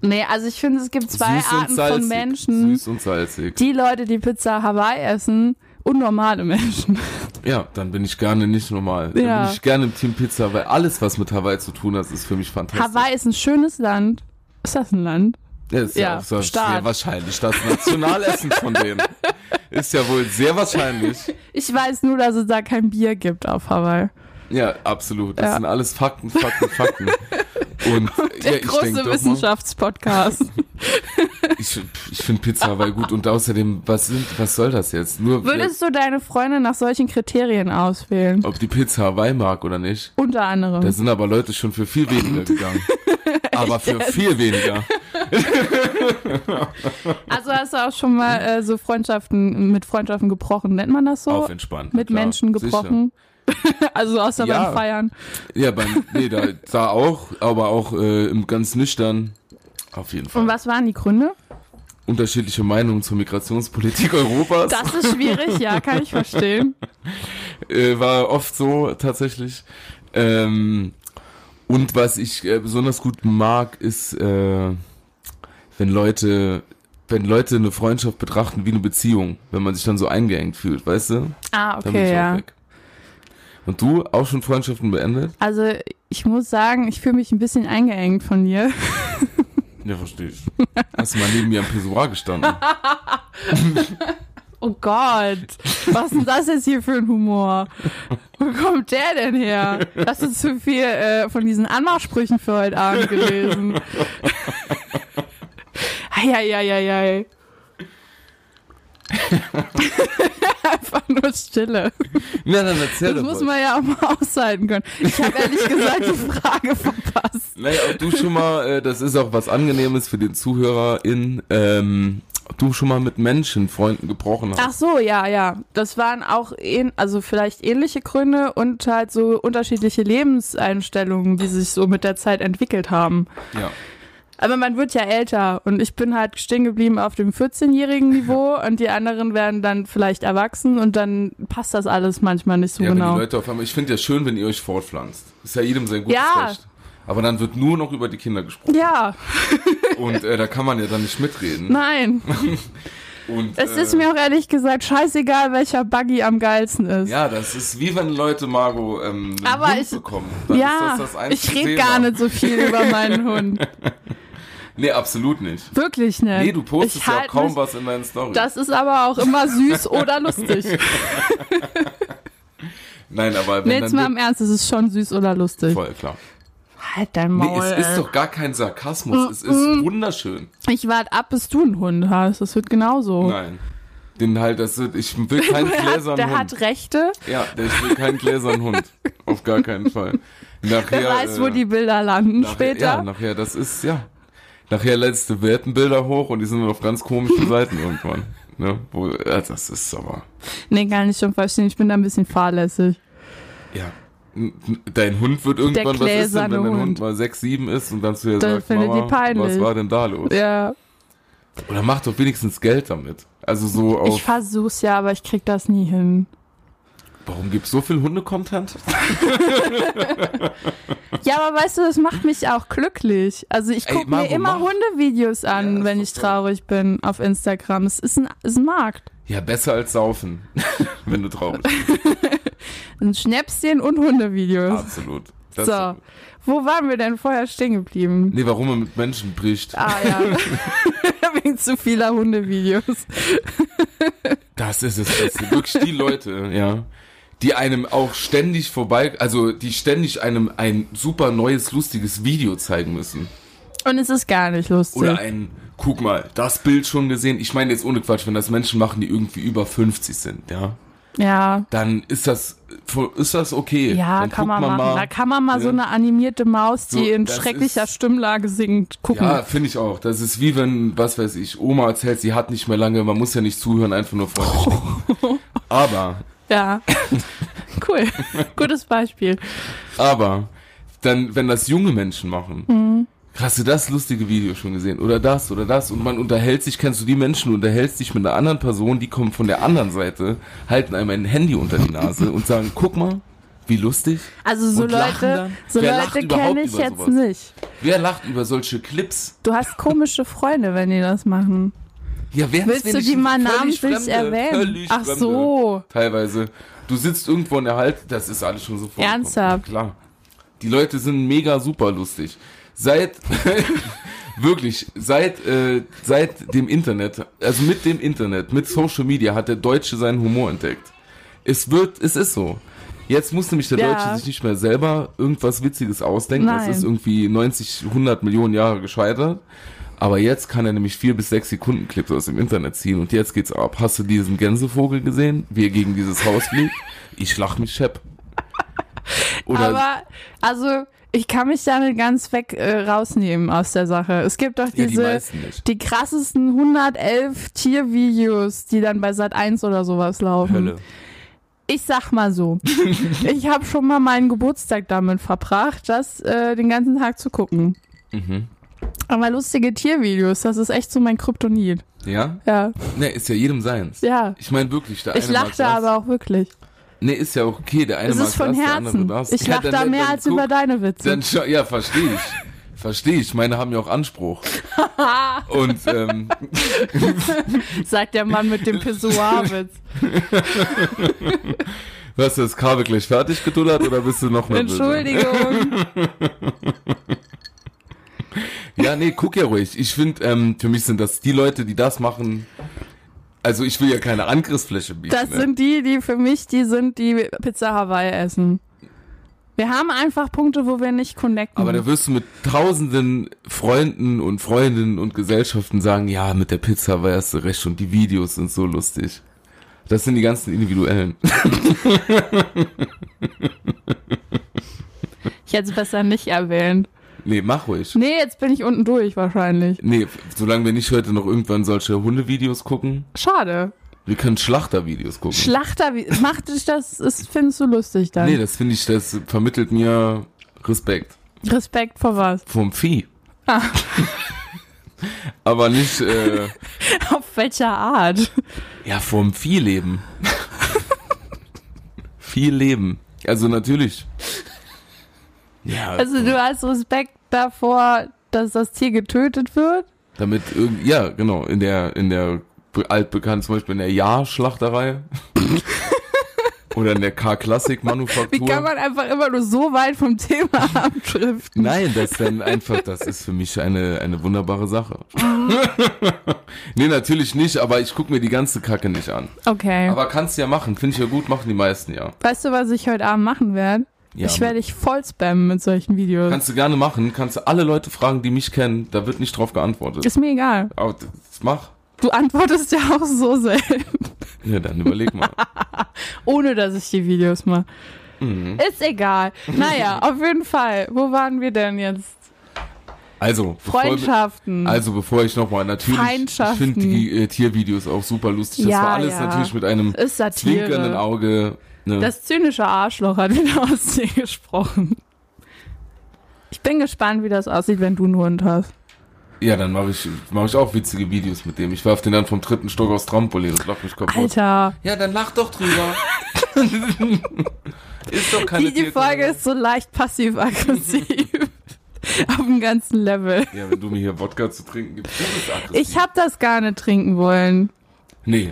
Speaker 3: Nee, also ich finde, es gibt zwei Arten von Menschen.
Speaker 2: Süß und salzig.
Speaker 3: Die Leute, die Pizza Hawaii essen und normale Menschen.
Speaker 2: Ja, dann bin ich gerne nicht normal. Dann
Speaker 3: Ja.
Speaker 2: bin ich gerne im Team Pizza, weil alles, was mit Hawaii zu tun hat, ist für mich fantastisch.
Speaker 3: Hawaii ist ein schönes Land. Ist das ein Land?
Speaker 2: Ja, ist ja,
Speaker 3: Ja,
Speaker 2: auch so
Speaker 3: Staat.
Speaker 2: sehr wahrscheinlich das Nationalessen von denen. Ist ja wohl sehr wahrscheinlich.
Speaker 3: Ich weiß nur, dass es da kein Bier gibt auf Hawaii.
Speaker 2: Ja, absolut. Das
Speaker 3: Ja.
Speaker 2: sind alles Fakten, Fakten, Fakten. Und, ja,
Speaker 3: Der
Speaker 2: ich denk
Speaker 3: große
Speaker 2: doch mal-
Speaker 3: Wissenschaftspodcast.
Speaker 2: Ich, ich finde Pizza Hawaii gut und außerdem, was, sind, was soll das jetzt? Nur
Speaker 3: Würdest du deine Freunde nach solchen Kriterien auswählen?
Speaker 2: ob die Pizza Hawaii mag oder nicht.
Speaker 3: Unter anderem.
Speaker 2: Da sind aber Leute schon für viel weniger gegangen. aber für viel weniger.
Speaker 3: Also hast du auch schon mal äh, so Freundschaften mit Freundschaften gebrochen, nennt man das so?
Speaker 2: Auf entspannt.
Speaker 3: mit
Speaker 2: klar,
Speaker 3: Menschen
Speaker 2: sicher.
Speaker 3: gebrochen. also außer
Speaker 2: Ja.
Speaker 3: beim Feiern.
Speaker 2: Ja, beim, nee, da, da auch, aber auch äh, im ganz nüchtern. Auf jeden Fall.
Speaker 3: Und was waren die Gründe?
Speaker 2: Unterschiedliche Meinungen zur Migrationspolitik Europas.
Speaker 3: Das ist schwierig, ja, kann ich verstehen.
Speaker 2: äh, war oft so tatsächlich. Ähm, und was ich äh, besonders gut mag, ist, äh, wenn Leute, wenn Leute eine Freundschaft betrachten wie eine Beziehung, wenn man sich dann so eingeengt fühlt, weißt du?
Speaker 3: Ah,
Speaker 2: Dann bin ich
Speaker 3: okay, ja.
Speaker 2: auch weg. Und du auch schon Freundschaften beendet?
Speaker 3: Also ich muss sagen, ich fühle mich ein bisschen eingeengt von dir.
Speaker 2: Ja, verstehe ich. Hast du mal neben mir am Pissoir gestanden?
Speaker 3: Oh Gott, was ist denn das jetzt hier für ein Humor? Wo kommt der denn her? Hast du zu viel äh, von diesen Anmachsprüchen für heute Abend gelesen? Eieieiei. Einfach nur Stille.
Speaker 2: Nein, dann erzähl
Speaker 3: Das
Speaker 2: doch
Speaker 3: muss
Speaker 2: mal.
Speaker 3: man ja auch mal aushalten können. Ich habe ehrlich gesagt die Frage verpasst.
Speaker 2: Naja, ob du schon mal, äh, das ist auch was Angenehmes für den ZuhörerIn, ähm, ob du schon mal mit Menschen, Freunden gebrochen hast.
Speaker 3: Ach so, ja, ja. Das waren auch, ähn also vielleicht ähnliche Gründe und halt so unterschiedliche Lebenseinstellungen, die sich so mit der Zeit entwickelt haben.
Speaker 2: Ja.
Speaker 3: Aber man wird ja älter und ich bin halt stehen geblieben auf dem 14-jährigen Niveau und die anderen werden dann vielleicht erwachsen und dann passt das alles manchmal nicht so
Speaker 2: Ja, wenn
Speaker 3: genau.
Speaker 2: die Leute auf einmal, ich finde ja schön, wenn ihr euch fortpflanzt. Ist ja jedem sein gutes
Speaker 3: Ja.
Speaker 2: Recht. Aber dann wird nur noch über die Kinder gesprochen.
Speaker 3: ja,
Speaker 2: Und äh, da kann man ja dann nicht mitreden.
Speaker 3: nein.
Speaker 2: Und,
Speaker 3: Es
Speaker 2: äh,
Speaker 3: ist mir auch ehrlich gesagt scheißegal, welcher Buggy am geilsten ist.
Speaker 2: Ja, das ist wie wenn Leute Margot ähm, einen
Speaker 3: Aber
Speaker 2: Hund
Speaker 3: ich-
Speaker 2: bekommen. Dann
Speaker 3: Ja,
Speaker 2: ist das das
Speaker 3: ich
Speaker 2: einzige
Speaker 3: rede
Speaker 2: Thema.
Speaker 3: gar nicht so viel über meinen Hund.
Speaker 2: Nee, absolut nicht.
Speaker 3: Wirklich nicht.
Speaker 2: Nee, du postest
Speaker 3: Ich
Speaker 2: ja
Speaker 3: halt
Speaker 2: kaum
Speaker 3: mich-
Speaker 2: was in deinen Stories.
Speaker 3: Das ist aber auch immer süß oder lustig.
Speaker 2: Nein, aber
Speaker 3: Nee,
Speaker 2: wenn
Speaker 3: jetzt mal
Speaker 2: dann
Speaker 3: im Ernst, es ist schon süß oder lustig.
Speaker 2: voll klar.
Speaker 3: Halt dein
Speaker 2: Nee,
Speaker 3: Maul.
Speaker 2: es ist
Speaker 3: ey.
Speaker 2: doch gar kein Sarkasmus. Es ist wunderschön.
Speaker 3: ich warte ab, bis du einen Hund hast. Das wird genauso.
Speaker 2: Nein. Den halt, das wird, ich will keinen
Speaker 3: Der, hat,
Speaker 2: gläsernen
Speaker 3: der
Speaker 2: Hund.
Speaker 3: hat Rechte,
Speaker 2: Ja, der- ich will keinen gläsernen Hund. Auf gar keinen Fall. Nachher,
Speaker 3: der weiß, wo
Speaker 2: äh,
Speaker 3: die Bilder landen später.
Speaker 2: Ja, nachher, das ist, ja. Nachher lädst du Welpenbilder hoch und die sind auf ganz komischen Seiten irgendwann. Ne? Wo, ja, das ist aber.
Speaker 3: nee, kann ich schon verstehen. Ich bin da ein bisschen fahrlässig.
Speaker 2: Ja. N- n- Dein Hund wird irgendwann, was ist denn,
Speaker 3: gläserne
Speaker 2: wenn dein Hund,
Speaker 3: Hund.
Speaker 2: mal sechs, sieben ist und dann zu dir
Speaker 3: Dann
Speaker 2: sagt,
Speaker 3: findet die
Speaker 2: Mama,
Speaker 3: peinlich.
Speaker 2: was war denn da los?
Speaker 3: Ja,
Speaker 2: Oder mach doch wenigstens Geld damit. Also so
Speaker 3: ich
Speaker 2: auf,
Speaker 3: versuch's ja, aber ich krieg das nie hin.
Speaker 2: warum gibt's so viel Hunde-Content?
Speaker 3: Ja, aber weißt du, das macht mich auch glücklich. Also ich
Speaker 2: Ey,
Speaker 3: gucke mir
Speaker 2: Margot,
Speaker 3: immer
Speaker 2: mach.
Speaker 3: Hundevideos an,
Speaker 2: Ja, ist
Speaker 3: wenn
Speaker 2: doch
Speaker 3: ich
Speaker 2: toll.
Speaker 3: traurig bin auf Instagram. Es ist ein, ist ein Markt.
Speaker 2: Ja, besser als saufen, wenn du traurig bist.
Speaker 3: Ein Schnäpschen und
Speaker 2: Ah,
Speaker 3: Hundevideos.
Speaker 2: Absolut. Das
Speaker 3: So, wo waren wir denn vorher stehen geblieben?
Speaker 2: Nee, warum er mit Menschen bricht.
Speaker 3: Ah ja, wegen zu vieler Hundevideos.
Speaker 2: Das ist es. Das sind wirklich die Leute, ja. Die einem auch ständig vorbei, also die ständig einem ein super neues, lustiges Video zeigen müssen.
Speaker 3: Und es ist gar nicht lustig.
Speaker 2: Oder ein, guck mal, das Bild schon gesehen. Ich meine jetzt ohne Quatsch, wenn das Menschen machen, die irgendwie über 50 sind, ja,
Speaker 3: ja,
Speaker 2: dann ist das, ist das okay.
Speaker 3: ja,
Speaker 2: dann
Speaker 3: kann
Speaker 2: guckt
Speaker 3: man machen. da kann man mal so
Speaker 2: Ja.
Speaker 3: eine animierte Maus, die
Speaker 2: So,
Speaker 3: in
Speaker 2: das
Speaker 3: schrecklicher
Speaker 2: ist-
Speaker 3: Stimmlage singt, gucken.
Speaker 2: Ja, finde ich auch. Das ist wie wenn, was weiß ich, Oma erzählt, sie hat nicht mehr lange, man muss ja nicht zuhören, einfach nur freundlich. nicken. Aber,
Speaker 3: Ja. cool. Gutes Beispiel.
Speaker 2: aber, dann, wenn das junge Menschen machen,
Speaker 3: Mhm.
Speaker 2: hast du das lustige Video schon gesehen? Oder das oder das? Und man unterhält sich, kennst du die Menschen, du unterhältst dich mit einer anderen Person, die kommen von der anderen Seite, halten einem ein Handy unter die Nase und sagen, guck mal, wie lustig.
Speaker 3: Also so
Speaker 2: Und lachen
Speaker 3: Leute,
Speaker 2: dann?
Speaker 3: so
Speaker 2: Wer lacht
Speaker 3: Leute
Speaker 2: überhaupt
Speaker 3: kenne ich
Speaker 2: über
Speaker 3: jetzt
Speaker 2: sowas?
Speaker 3: nicht.
Speaker 2: Wer lacht über solche Clips?
Speaker 3: Du hast komische Freunde, wenn die das machen.
Speaker 2: Ja, wer
Speaker 3: Willst du die mal namentlich erwähnen? Ach so.
Speaker 2: Teilweise. Du sitzt irgendwo in der Halt, das ist alles schon so vorgekommen.
Speaker 3: Ernsthaft?
Speaker 2: Klar. Die Leute sind mega super lustig. Seit, wirklich, seit, äh, seit dem Internet, also mit dem Internet, mit Social Media hat der Deutsche seinen Humor entdeckt. Es wird, es ist so. Jetzt muss nämlich der
Speaker 3: Ja.
Speaker 2: Deutsche sich nicht mehr selber irgendwas Witziges ausdenken.
Speaker 3: Nein.
Speaker 2: Das ist irgendwie 90, 100 Millionen Jahre gescheitert. Aber jetzt kann er nämlich vier bis sechs Sekunden Clips aus dem Internet ziehen und jetzt geht's ab. Hast du diesen Gänsevogel gesehen? Wie er gegen dieses Haus fliegt? Ich lach mich schepp. Oder
Speaker 3: Aber also ich kann mich damit ganz weg äh, rausnehmen aus der Sache. Es gibt doch
Speaker 2: ja, die
Speaker 3: diese
Speaker 2: meisten nicht.
Speaker 3: die krassesten 111 Tiervideos, die dann bei Sat 1 oder sowas laufen.
Speaker 2: Hölle.
Speaker 3: Ich sag mal so, ich habe schon mal meinen Geburtstag damit verbracht, das äh, den ganzen Tag zu gucken.
Speaker 2: Mhm.
Speaker 3: Aber lustige Tiervideos, das ist echt so mein Kryptonit.
Speaker 2: Ja?
Speaker 3: Ja,
Speaker 2: Ne, ist ja jedem seins.
Speaker 3: ja.
Speaker 2: Ich meine wirklich, der
Speaker 3: Ich
Speaker 2: eine mag
Speaker 3: lachte
Speaker 2: das.
Speaker 3: aber auch wirklich.
Speaker 2: Ne, ist ja auch okay. Der eine
Speaker 3: Es
Speaker 2: mag
Speaker 3: ist von
Speaker 2: das, der andere
Speaker 3: Herzen.
Speaker 2: das.
Speaker 3: Ich
Speaker 2: Ja,
Speaker 3: lache
Speaker 2: dann- ne,
Speaker 3: da mehr
Speaker 2: dann
Speaker 3: als
Speaker 2: guck.
Speaker 3: über deine Witze.
Speaker 2: Dann schau, ja, verstehe ich. Verstehe ich. Meine haben ja auch Anspruch. Und ähm,
Speaker 3: Sagt der Mann mit dem Pissoir-Witz.
Speaker 2: hast du das Kabel gleich fertig gedullert oder bist du noch nervös?
Speaker 3: Entschuldigung.
Speaker 2: Ja, nee, guck ja ruhig. Ich finde, ähm, für mich sind das die Leute, die das machen. Also ich will ja keine Angriffsfläche bieten.
Speaker 3: Das
Speaker 2: ne?
Speaker 3: sind die, die für mich, die sind, die Pizza Hawaii essen. Wir haben einfach Punkte, wo wir nicht connecten.
Speaker 2: aber da wirst du mit tausenden Freunden und Freundinnen und Gesellschaften sagen, ja, mit der Pizza wärst du recht und die Videos sind so lustig. Das sind die ganzen Individuellen.
Speaker 3: ich hätte es besser nicht erwähnt.
Speaker 2: nee, mach ruhig.
Speaker 3: Nee, jetzt bin ich unten durch wahrscheinlich.
Speaker 2: Nee, solange wir nicht heute noch irgendwann solche Hundevideos gucken,
Speaker 3: Schade.
Speaker 2: wir können Schlachtervideos gucken.
Speaker 3: Schlachter, wie- macht dich das, ist, findest du lustig dann?
Speaker 2: nee, das finde ich, das vermittelt mir Respekt.
Speaker 3: Respekt vor was?
Speaker 2: Vom Vieh.
Speaker 3: Ah.
Speaker 2: Aber nicht, äh,
Speaker 3: Auf welcher Art?
Speaker 2: Ja, vom Viehleben. Viel Leben. Also natürlich. Ja,
Speaker 3: Also du hast Respekt davor, dass das Tier getötet wird?
Speaker 2: damit irgend ja, genau, in der in der be- altbekannt zum Beispiel in der Jahrschlachterei oder in der K-Klassik Manufaktur.
Speaker 3: Wie kann man einfach immer nur so weit vom Thema abdriften?
Speaker 2: Nein, das dann einfach, das ist für mich eine, eine wunderbare Sache.
Speaker 3: Mhm.
Speaker 2: nee, natürlich nicht, aber ich guck mir die ganze Kacke nicht an.
Speaker 3: Okay.
Speaker 2: Aber kannst du ja machen, finde ich ja gut, machen die meisten ja.
Speaker 3: weißt du, was ich heute Abend machen werde?
Speaker 2: ja
Speaker 3: ich werde dich voll spammen mit solchen Videos.
Speaker 2: Kannst du gerne machen. Kannst du alle Leute fragen, die mich kennen. Da wird nicht drauf geantwortet.
Speaker 3: ist mir egal.
Speaker 2: Aber das mach.
Speaker 3: Du antwortest ja auch so selten,
Speaker 2: Ja, dann überleg mal.
Speaker 3: ohne dass ich die Videos mache.
Speaker 2: Mhm.
Speaker 3: Ist egal. Naja, auf jeden Fall. Wo waren wir denn jetzt?
Speaker 2: Also, bevor
Speaker 3: Freundschaften.
Speaker 2: Wir, also bevor ich nochmal, natürlich, ich
Speaker 3: Feindschaften.
Speaker 2: finde die äh, Tiervideos auch super lustig. Das
Speaker 3: Ja,
Speaker 2: war alles
Speaker 3: ja.
Speaker 2: natürlich mit einem
Speaker 3: ist
Speaker 2: zwinkernden
Speaker 3: Satire.
Speaker 2: Auge. Ne?
Speaker 3: Das zynische Arschloch hat wieder aus dir gesprochen. Ich bin gespannt, wie das aussieht, wenn du einen Hund hast.
Speaker 2: ja, dann mache ich, mach ich auch witzige Videos mit dem. Ich warf den dann vom dritten Stock aus Trampolin und lach mich kaputt.
Speaker 3: Alter,
Speaker 2: Ja, dann lach doch drüber. ist doch keine
Speaker 3: die, die
Speaker 2: Tierquälerei.
Speaker 3: Folge ist so leicht passiv-aggressiv. auf dem ganzen Level.
Speaker 2: Ja, wenn du mir hier Wodka zu trinken gibst, du bist aggressiv.
Speaker 3: Ich hab das gar nicht trinken wollen.
Speaker 2: Nee.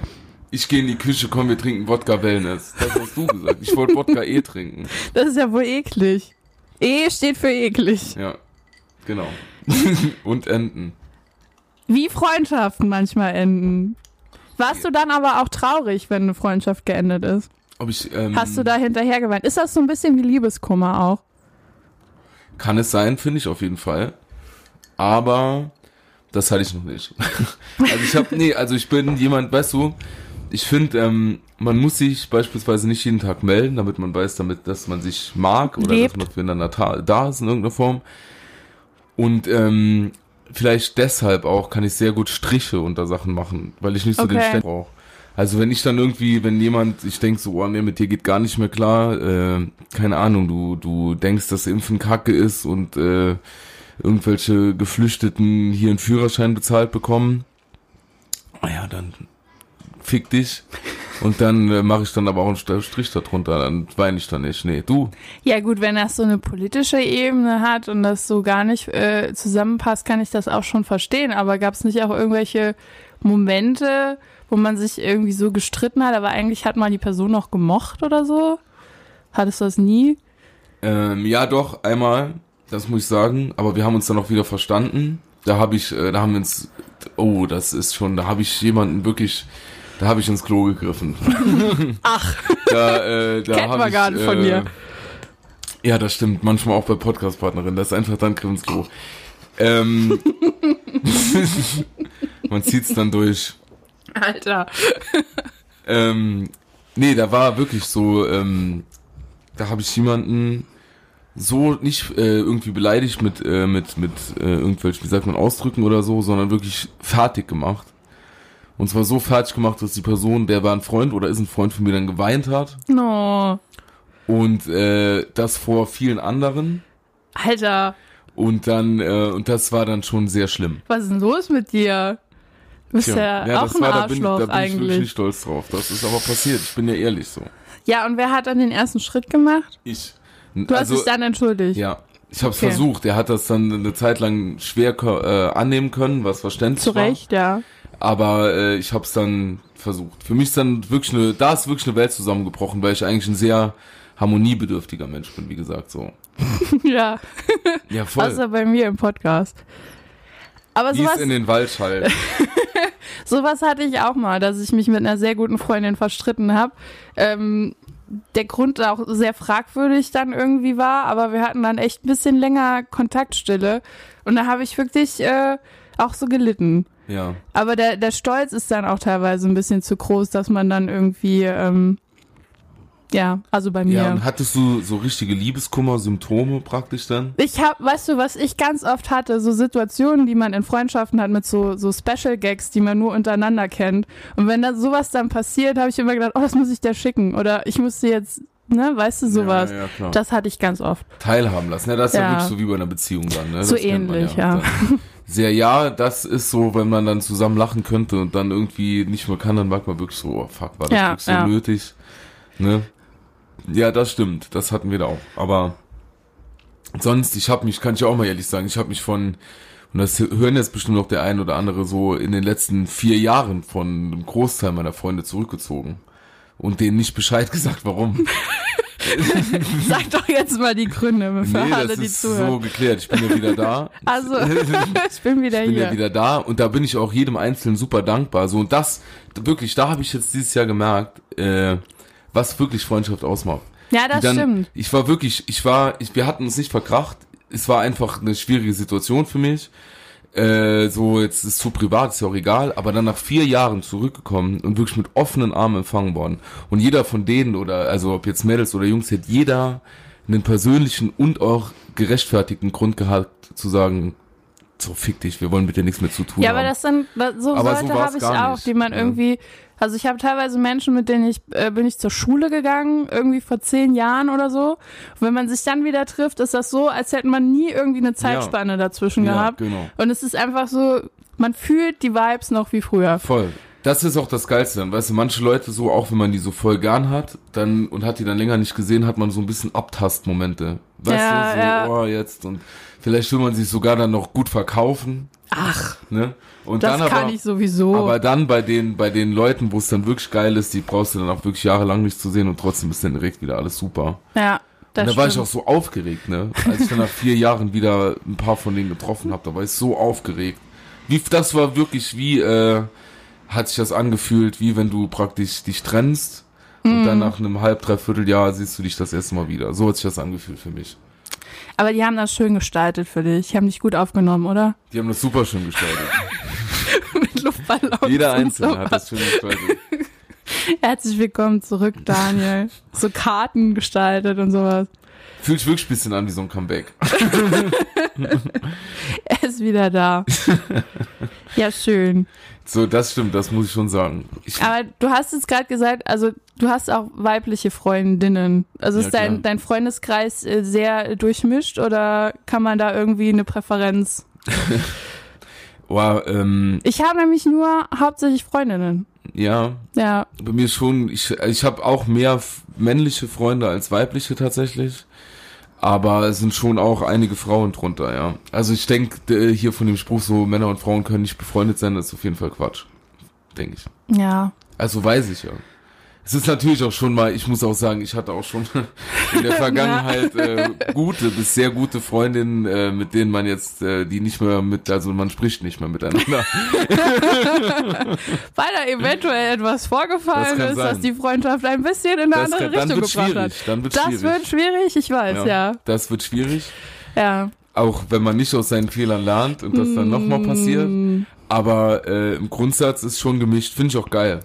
Speaker 2: Ich gehe in die Küche, komm, wir trinken Wodka Wellness. Das hast du gesagt. Ich wollte Wodka eh trinken.
Speaker 3: Das ist ja wohl eklig. E steht für eklig.
Speaker 2: Ja. Genau. Und Enten.
Speaker 3: Wie Freundschaften manchmal enden. Warst du dann aber auch traurig, wenn eine Freundschaft geendet ist?
Speaker 2: Ob ich, ähm,
Speaker 3: Hast du da hinterher geweint? Ist das so ein bisschen wie Liebeskummer auch?
Speaker 2: Kann es sein, finde ich auf jeden Fall. aber das hatte ich noch nicht. also ich habe, nee, also ich bin jemand, weißt du, ich finde, ähm, man muss sich beispielsweise nicht jeden Tag melden, damit man weiß, damit, dass man sich mag oder
Speaker 3: Lebt.
Speaker 2: dass man füreinander ta- da ist in irgendeiner Form. Und ähm, vielleicht deshalb auch kann ich sehr gut Striche unter Sachen machen, weil ich nicht so den
Speaker 3: Okay.
Speaker 2: Stempel brauche. Also wenn ich dann irgendwie, wenn jemand, ich denk so, oh nee, mit dir geht gar nicht mehr klar, äh, keine Ahnung, du, du denkst, dass Impfen Kacke ist und äh, irgendwelche Geflüchteten hier einen Führerschein bezahlt bekommen, naja, dann fick dich. Und dann äh, mache ich dann aber auch einen St- Strich darunter, dann weine ich dann nicht. Nee, du,
Speaker 3: Ja gut, wenn das so eine politische Ebene hat und das so gar nicht äh, zusammenpasst, kann ich das auch schon verstehen. Aber gab es nicht auch irgendwelche Momente, wo man sich irgendwie so gestritten hat, aber eigentlich hat man die Person noch gemocht oder so? Hattest du das nie?
Speaker 2: Ähm, ja, doch, einmal, das muss ich sagen, aber wir haben uns dann auch wieder verstanden. Da habe ich, äh, da haben wir uns, oh, das ist schon, da habe ich jemanden wirklich, da habe ich ins Klo gegriffen. Ach. Da, äh, da
Speaker 3: Kennt
Speaker 2: hab
Speaker 3: man
Speaker 2: ich,
Speaker 3: gar nicht von
Speaker 2: äh,
Speaker 3: mir.
Speaker 2: Ja, das stimmt, manchmal auch bei Podcast-Partnerinnen, das ist einfach dann griff ins Klo. Ähm, man zieht's dann durch.
Speaker 3: Alter.
Speaker 2: Ähm, nee, da war wirklich so, ähm, da habe ich jemanden so nicht äh, irgendwie beleidigt mit, äh, mit, mit äh, irgendwelchen, wie sagt man, Ausdrücken oder so, sondern wirklich fertig gemacht. Und zwar so fertig gemacht, dass die Person, der war ein Freund oder ist ein Freund von mir, dann geweint hat.
Speaker 3: No.
Speaker 2: Und äh, das vor vielen anderen.
Speaker 3: Alter,
Speaker 2: Und dann, äh, und das war dann schon sehr schlimm.
Speaker 3: was ist denn los mit dir? Du bist ja, auch ein
Speaker 2: da bin, ich-
Speaker 3: Arschloch
Speaker 2: da bin ich wirklich nicht
Speaker 3: eigentlich.
Speaker 2: stolz drauf. Das ist aber passiert. Ich bin ja ehrlich so.
Speaker 3: Ja, und wer hat dann den ersten Schritt gemacht?
Speaker 2: Ich. also
Speaker 3: Du hast dich dann entschuldigt.
Speaker 2: Ja, ich habe es
Speaker 3: Okay.
Speaker 2: versucht. Er hat das dann eine Zeit lang schwer ko- äh, annehmen können, was verständlich
Speaker 3: Zu Recht, ja.
Speaker 2: war. Aber äh, ich habe es dann versucht. Für mich ist dann wirklich eine, da ist wirklich eine Welt zusammengebrochen, weil ich eigentlich ein sehr harmoniebedürftiger Mensch bin, wie gesagt so.
Speaker 3: ja.
Speaker 2: Ja, voll.
Speaker 3: Außer bei mir im Podcast. Aber
Speaker 2: Wie es
Speaker 3: sowas,
Speaker 2: in den Wald schallt.
Speaker 3: sowas hatte ich auch mal, dass ich mich mit einer sehr guten Freundin verstritten habe. Ähm, der Grund auch sehr fragwürdig dann irgendwie war, aber wir hatten dann echt ein bisschen länger Kontaktstille. Und da habe ich wirklich äh, auch so gelitten.
Speaker 2: ja.
Speaker 3: Aber der, der Stolz ist dann auch teilweise ein bisschen zu groß, dass man dann irgendwie, ähm, ja, also bei mir.
Speaker 2: ja. und hattest du so richtige Liebeskummer-Symptome praktisch dann?
Speaker 3: Ich hab, weißt du, was ich ganz oft hatte, so Situationen, die man in Freundschaften hat mit so, so Special Gags, die man nur untereinander kennt. Und wenn da sowas dann passiert, habe ich immer gedacht, oh, das muss ich der schicken oder ich muss dir jetzt, ne, weißt du, sowas.
Speaker 2: Ja, ja, klar.
Speaker 3: Das hatte ich ganz oft.
Speaker 2: teilhaben lassen. Ja, das ist ja.
Speaker 3: Ja.
Speaker 2: wirklich so wie bei einer Beziehung dann. Ne?
Speaker 3: So
Speaker 2: Das kennt man
Speaker 3: ähnlich, ja.
Speaker 2: Dann Sehr, ja, das ist so, wenn man dann zusammen lachen könnte und dann irgendwie nicht mehr kann, dann merkt man wirklich so, oh fuck, war das
Speaker 3: Ja,
Speaker 2: wirklich so
Speaker 3: ja.
Speaker 2: nötig? Ne? Ja, das stimmt, das hatten wir da auch. Aber sonst, ich habe mich, kann ich auch mal ehrlich sagen, ich habe mich von, und das hören jetzt bestimmt noch der ein oder andere so, in den letzten vier Jahren von einem Großteil meiner Freunde zurückgezogen und denen nicht Bescheid gesagt, warum.
Speaker 3: Sag doch jetzt mal die Gründe für
Speaker 2: Nee,
Speaker 3: alle,
Speaker 2: das
Speaker 3: die
Speaker 2: ist
Speaker 3: zuhören.
Speaker 2: so geklärt. Ich bin ja wieder da.
Speaker 3: also, ich bin wieder
Speaker 2: Ich bin
Speaker 3: hier.
Speaker 2: ja wieder da und da bin ich auch jedem Einzelnen super dankbar. So und das wirklich, da habe ich jetzt dieses Jahr gemerkt, äh, was wirklich Freundschaft ausmacht.
Speaker 3: ja,
Speaker 2: Die
Speaker 3: das
Speaker 2: dann,
Speaker 3: stimmt.
Speaker 2: Ich war wirklich, ich war, ich, wir hatten uns nicht verkracht. Es war einfach eine schwierige Situation für mich. Äh, so jetzt ist zu privat, ist ja auch egal. Aber dann nach vier Jahren zurückgekommen und wirklich mit offenen Armen empfangen worden. Und jeder von denen oder also ob jetzt Mädels oder Jungs, hätte jeder einen persönlichen und auch gerechtfertigten Grund gehabt zu sagen, so fick dich, wir wollen mit dir nichts mehr zu tun
Speaker 3: Ja,
Speaker 2: haben.
Speaker 3: aber das dann, das- so
Speaker 2: Aber so
Speaker 3: Leute
Speaker 2: war's
Speaker 3: habe ich
Speaker 2: gar
Speaker 3: auch,
Speaker 2: nicht, ne?
Speaker 3: die man
Speaker 2: ja.
Speaker 3: irgendwie, also ich habe teilweise Menschen, mit denen ich, äh, bin ich zur Schule gegangen, irgendwie vor zehn Jahren oder so. Und wenn man sich dann wieder trifft, ist das so, als hätte man nie irgendwie eine Zeitspanne dazwischen
Speaker 2: Ja,
Speaker 3: gehabt.
Speaker 2: genau.
Speaker 3: Und es ist einfach so, man fühlt die Vibes noch wie früher.
Speaker 2: Voll. Das ist auch das Geilste dann, weißt du, manche Leute so, auch wenn man die so voll gern hat, dann und hat die dann länger nicht gesehen, hat man so ein bisschen Abtastmomente. Weißt
Speaker 3: Ja,
Speaker 2: du, so,
Speaker 3: ja.
Speaker 2: oh, jetzt und vielleicht will man sich sogar dann noch gut verkaufen. Ach. Ne? Und
Speaker 3: Das
Speaker 2: dann
Speaker 3: kann
Speaker 2: aber,
Speaker 3: ich sowieso.
Speaker 2: aber dann bei den, bei den Leuten, wo es dann wirklich geil ist, die brauchst du dann auch wirklich jahrelang nicht zu sehen und trotzdem ist dann direkt wieder alles super.
Speaker 3: ja, das
Speaker 2: und da
Speaker 3: stimmt.
Speaker 2: war ich auch so aufgeregt, ne? Als ich dann nach vier Jahren wieder ein paar von denen getroffen habe, da war ich so aufgeregt. Wie, das war wirklich wie, äh, hat sich das angefühlt, wie wenn du praktisch dich trennst
Speaker 3: Mhm.
Speaker 2: und dann nach einem halb, dreiviertel Jahr siehst du dich das erste Mal wieder. So hat sich das angefühlt für mich.
Speaker 3: Aber die haben das schön gestaltet für dich. Die haben dich gut aufgenommen, oder?
Speaker 2: Die haben das super schön gestaltet.
Speaker 3: Mit Luftballons.
Speaker 2: Jeder
Speaker 3: und
Speaker 2: Einzelne
Speaker 3: sowas.
Speaker 2: hat das schön gestaltet.
Speaker 3: Herzlich willkommen zurück, Daniel. so Karten gestaltet und sowas.
Speaker 2: Fühlt sich wirklich ein bisschen an wie so ein Comeback.
Speaker 3: Er ist wieder da. ja, schön.
Speaker 2: So, das stimmt, das muss ich schon sagen. Ich,
Speaker 3: Aber du hast jetzt gerade gesagt, also du hast auch weibliche Freundinnen. Also
Speaker 2: Ja,
Speaker 3: ist dein,
Speaker 2: klar.
Speaker 3: dein Freundeskreis äh, sehr durchmischt oder kann man da irgendwie eine Präferenz?
Speaker 2: wow, ähm,
Speaker 3: Ich habe nämlich nur hauptsächlich Freundinnen.
Speaker 2: ja,
Speaker 3: Ja,
Speaker 2: bei mir schon. Ich, ich habe auch mehr f- männliche Freunde als weibliche tatsächlich. Aber es sind schon auch einige Frauen drunter, ja. Also ich denke, hier von dem Spruch, so Männer und Frauen können nicht befreundet sein, das ist auf jeden Fall Quatsch. Denke ich.
Speaker 3: ja.
Speaker 2: Also weiß ich ja. Es ist natürlich auch schon mal, ich muss auch sagen, ich hatte auch schon in der Vergangenheit äh, gute bis sehr gute Freundinnen, äh, mit denen man jetzt, äh, die nicht mehr mit, also man spricht nicht mehr miteinander.
Speaker 3: Weil da eventuell etwas
Speaker 2: Das
Speaker 3: vorgefallen
Speaker 2: kann
Speaker 3: ist, dass
Speaker 2: sein.
Speaker 3: die Freundschaft ein bisschen in
Speaker 2: Das
Speaker 3: eine andere
Speaker 2: kann- dann
Speaker 3: Richtung
Speaker 2: wird
Speaker 3: gebracht
Speaker 2: schwierig.
Speaker 3: hat.
Speaker 2: Dann wird
Speaker 3: das
Speaker 2: schwierig.
Speaker 3: wird schwierig, ich weiß, ja.
Speaker 2: Das wird schwierig,
Speaker 3: Ja.
Speaker 2: auch wenn man nicht aus seinen Fehlern lernt und das dann
Speaker 3: Hm.
Speaker 2: nochmal passiert. Aber äh, im Grundsatz ist schon gemischt, finde ich auch geil.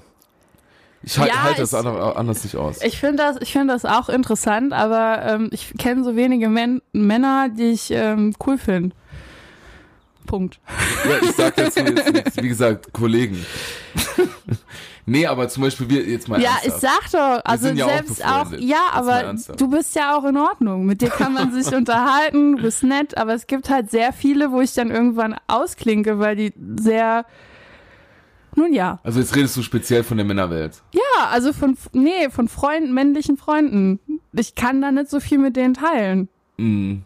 Speaker 2: Ich halte
Speaker 3: Ja,
Speaker 2: halt das
Speaker 3: ich-
Speaker 2: ander- anders nicht aus.
Speaker 3: Ich finde das, ich finde das auch interessant, aber ähm, ich kenne so wenige Men Männer, die ich ähm, cool finde. Punkt.
Speaker 2: Ja, ich sag dazu jetzt nichts. Wie gesagt, Kollegen. nee, aber zum Beispiel wir jetzt mal
Speaker 3: Ja, ich
Speaker 2: ernsthaft.
Speaker 3: sag doch, also
Speaker 2: sind ja auch
Speaker 3: selbst auch,
Speaker 2: befreundet.
Speaker 3: ja,
Speaker 2: Jetzt mal
Speaker 3: aber
Speaker 2: ernsthaft.
Speaker 3: du bist ja auch in Ordnung. Mit dir kann man sich unterhalten, du bist nett, aber es gibt halt sehr viele, wo ich dann irgendwann ausklinke, weil die sehr, nun ja,
Speaker 2: Also jetzt redest du speziell von der Männerwelt.
Speaker 3: ja, also von, nee, von Freunden, männlichen Freunden. Ich kann da nicht so viel mit denen teilen.
Speaker 2: Mhm.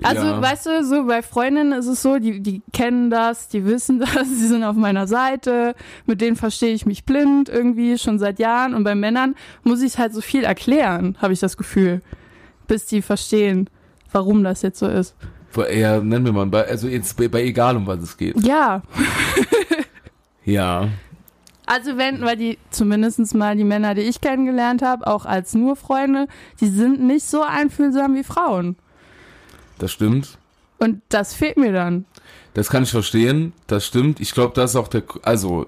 Speaker 3: Also,
Speaker 2: ja.
Speaker 3: weißt du, so bei Freundinnen ist es so, die, die kennen das, die wissen das, die sind auf meiner Seite, mit denen verstehe ich mich blind irgendwie schon seit Jahren und bei Männern muss ich halt so viel erklären, habe ich das Gefühl, bis die verstehen, warum das jetzt so ist.
Speaker 2: Vor- Ja, nennen wir mal ein Be- Also jetzt bei, bei egal, um was es geht.
Speaker 3: Ja,
Speaker 2: Ja.
Speaker 3: also wenn, weil die zumindestens mal die Männer, die ich kennengelernt habe, auch als nur Freunde, die sind nicht so einfühlsam wie Frauen.
Speaker 2: Das stimmt.
Speaker 3: Und das fehlt mir dann.
Speaker 2: Das kann ich verstehen. Das stimmt. Ich glaube, das ist auch der, also,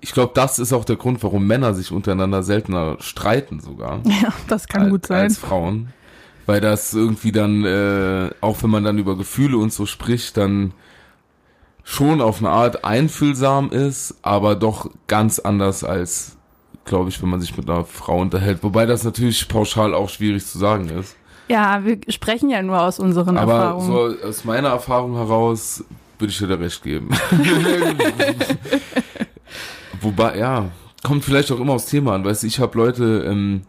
Speaker 2: ich glaube, das ist auch der Grund, warum Männer sich untereinander seltener streiten sogar.
Speaker 3: Ja, das kann
Speaker 2: als,
Speaker 3: gut sein.
Speaker 2: als Frauen. Weil das irgendwie dann, äh, auch wenn man dann über Gefühle und so spricht, dann schon auf eine Art einfühlsam ist, aber doch ganz anders als, glaube ich, wenn man sich mit einer Frau unterhält. Wobei das natürlich pauschal auch schwierig zu sagen ist.
Speaker 3: ja, wir sprechen ja nur aus unseren
Speaker 2: Aber
Speaker 3: Erfahrungen.
Speaker 2: so aus meiner Erfahrung heraus würde ich dir da recht geben. Wobei, ja, kommt vielleicht auch immer aufs Thema an. Weißt du, ich habe Leute, ähm,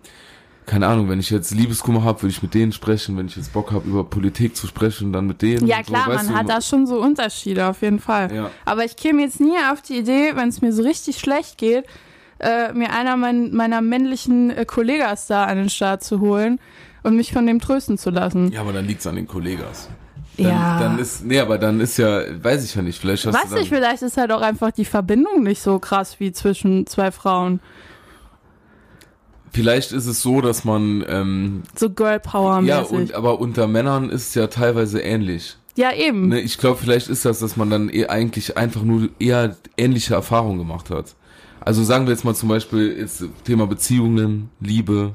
Speaker 2: keine Ahnung, wenn ich jetzt Liebeskummer habe, würde ich mit denen sprechen. Wenn ich jetzt Bock habe, über Politik zu sprechen, dann mit denen.
Speaker 3: Ja,
Speaker 2: und
Speaker 3: klar,
Speaker 2: so, weißt
Speaker 3: man hat
Speaker 2: du,
Speaker 3: da schon so Unterschiede auf jeden Fall.
Speaker 2: Ja.
Speaker 3: Aber ich käme jetzt nie auf die Idee, wenn es mir so richtig schlecht geht, äh, mir einer mein, meiner männlichen äh, Kollegas da an den Start zu holen und mich von dem trösten zu lassen.
Speaker 2: Ja, aber dann liegt's an den Kollegas. Dann,
Speaker 3: Ja.
Speaker 2: Dann ist, nee, aber dann ist ja, weiß ich ja nicht, vielleicht hast
Speaker 3: Weiß
Speaker 2: du dann,
Speaker 3: nicht, vielleicht ist halt auch einfach die Verbindung nicht so krass wie zwischen zwei Frauen.
Speaker 2: vielleicht ist es so, dass man, ähm,
Speaker 3: So Girl Power
Speaker 2: ja,
Speaker 3: mäßig.
Speaker 2: und,
Speaker 3: Ja,
Speaker 2: aber unter Männern ist es ja teilweise ähnlich.
Speaker 3: eben.
Speaker 2: Ne, ich glaube, vielleicht ist das, dass man dann eh eigentlich einfach nur eher ähnliche Erfahrungen gemacht hat. Also sagen wir jetzt mal zum Beispiel jetzt Thema Beziehungen, Liebe.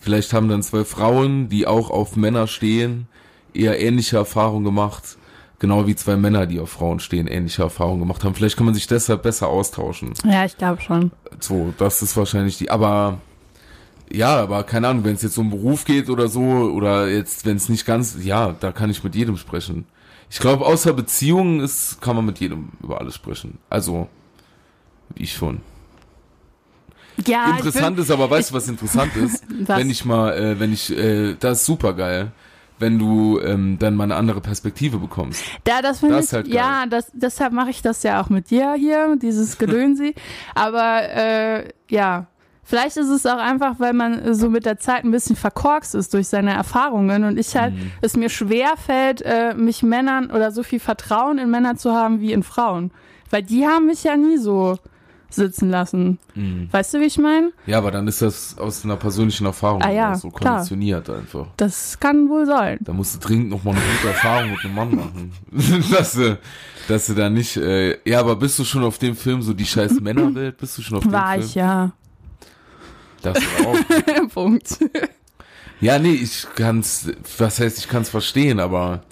Speaker 2: Vielleicht haben dann zwei Frauen, die auch auf Männer stehen, eher ähnliche Erfahrungen gemacht. Genau wie zwei Männer, die auf Frauen stehen, ähnliche Erfahrungen gemacht haben. Vielleicht kann man sich deshalb besser austauschen.
Speaker 3: Ja, ich glaube schon.
Speaker 2: So, das ist wahrscheinlich die. Aber ja, aber keine Ahnung, wenn es jetzt um Beruf geht oder so, oder jetzt, wenn es nicht ganz, ja, da kann ich mit jedem sprechen. Ich glaube, außer Beziehungen ist, kann man mit jedem über alles sprechen. Also, ich schon.
Speaker 3: Ja, Ah, ich
Speaker 2: interessant ist aber, weißt du, was interessant ist?
Speaker 3: Was?
Speaker 2: Wenn ich mal, äh, wenn ich, äh, das ist super geil, wenn du ähm, dann mal eine andere Perspektive bekommst.
Speaker 3: Ja, das finde
Speaker 2: Das
Speaker 3: ich,
Speaker 2: ist halt geil.
Speaker 3: ja, das, deshalb mache ich das ja auch mit dir hier, dieses Gedönsi. Aber äh, ja, vielleicht ist es auch einfach, weil man so mit der Zeit ein bisschen verkorkst ist durch seine Erfahrungen und ich halt,
Speaker 2: Mhm.
Speaker 3: es mir schwer fällt, äh, mich Männern oder so viel Vertrauen in Männer zu haben wie in Frauen. Weil die haben mich ja nie so sitzen lassen.
Speaker 2: Mhm.
Speaker 3: Weißt du, wie ich meine?
Speaker 2: Ja, aber dann ist das aus einer persönlichen Erfahrung
Speaker 3: Ah ja,
Speaker 2: heraus so
Speaker 3: klar.
Speaker 2: konditioniert einfach.
Speaker 3: Das kann wohl sein.
Speaker 2: Da musst du dringend nochmal eine gute Erfahrung mit einem Mann machen. dass, du, dass du da nicht. Äh, ja, aber bist du schon auf dem Film, so die scheiß Männerwelt? Bist du schon auf dem
Speaker 3: War
Speaker 2: Film?
Speaker 3: ich, ja.
Speaker 2: Das auch.
Speaker 3: Punkt.
Speaker 2: Ja, nee, ich kann's. Was heißt, ich kann's verstehen, aber.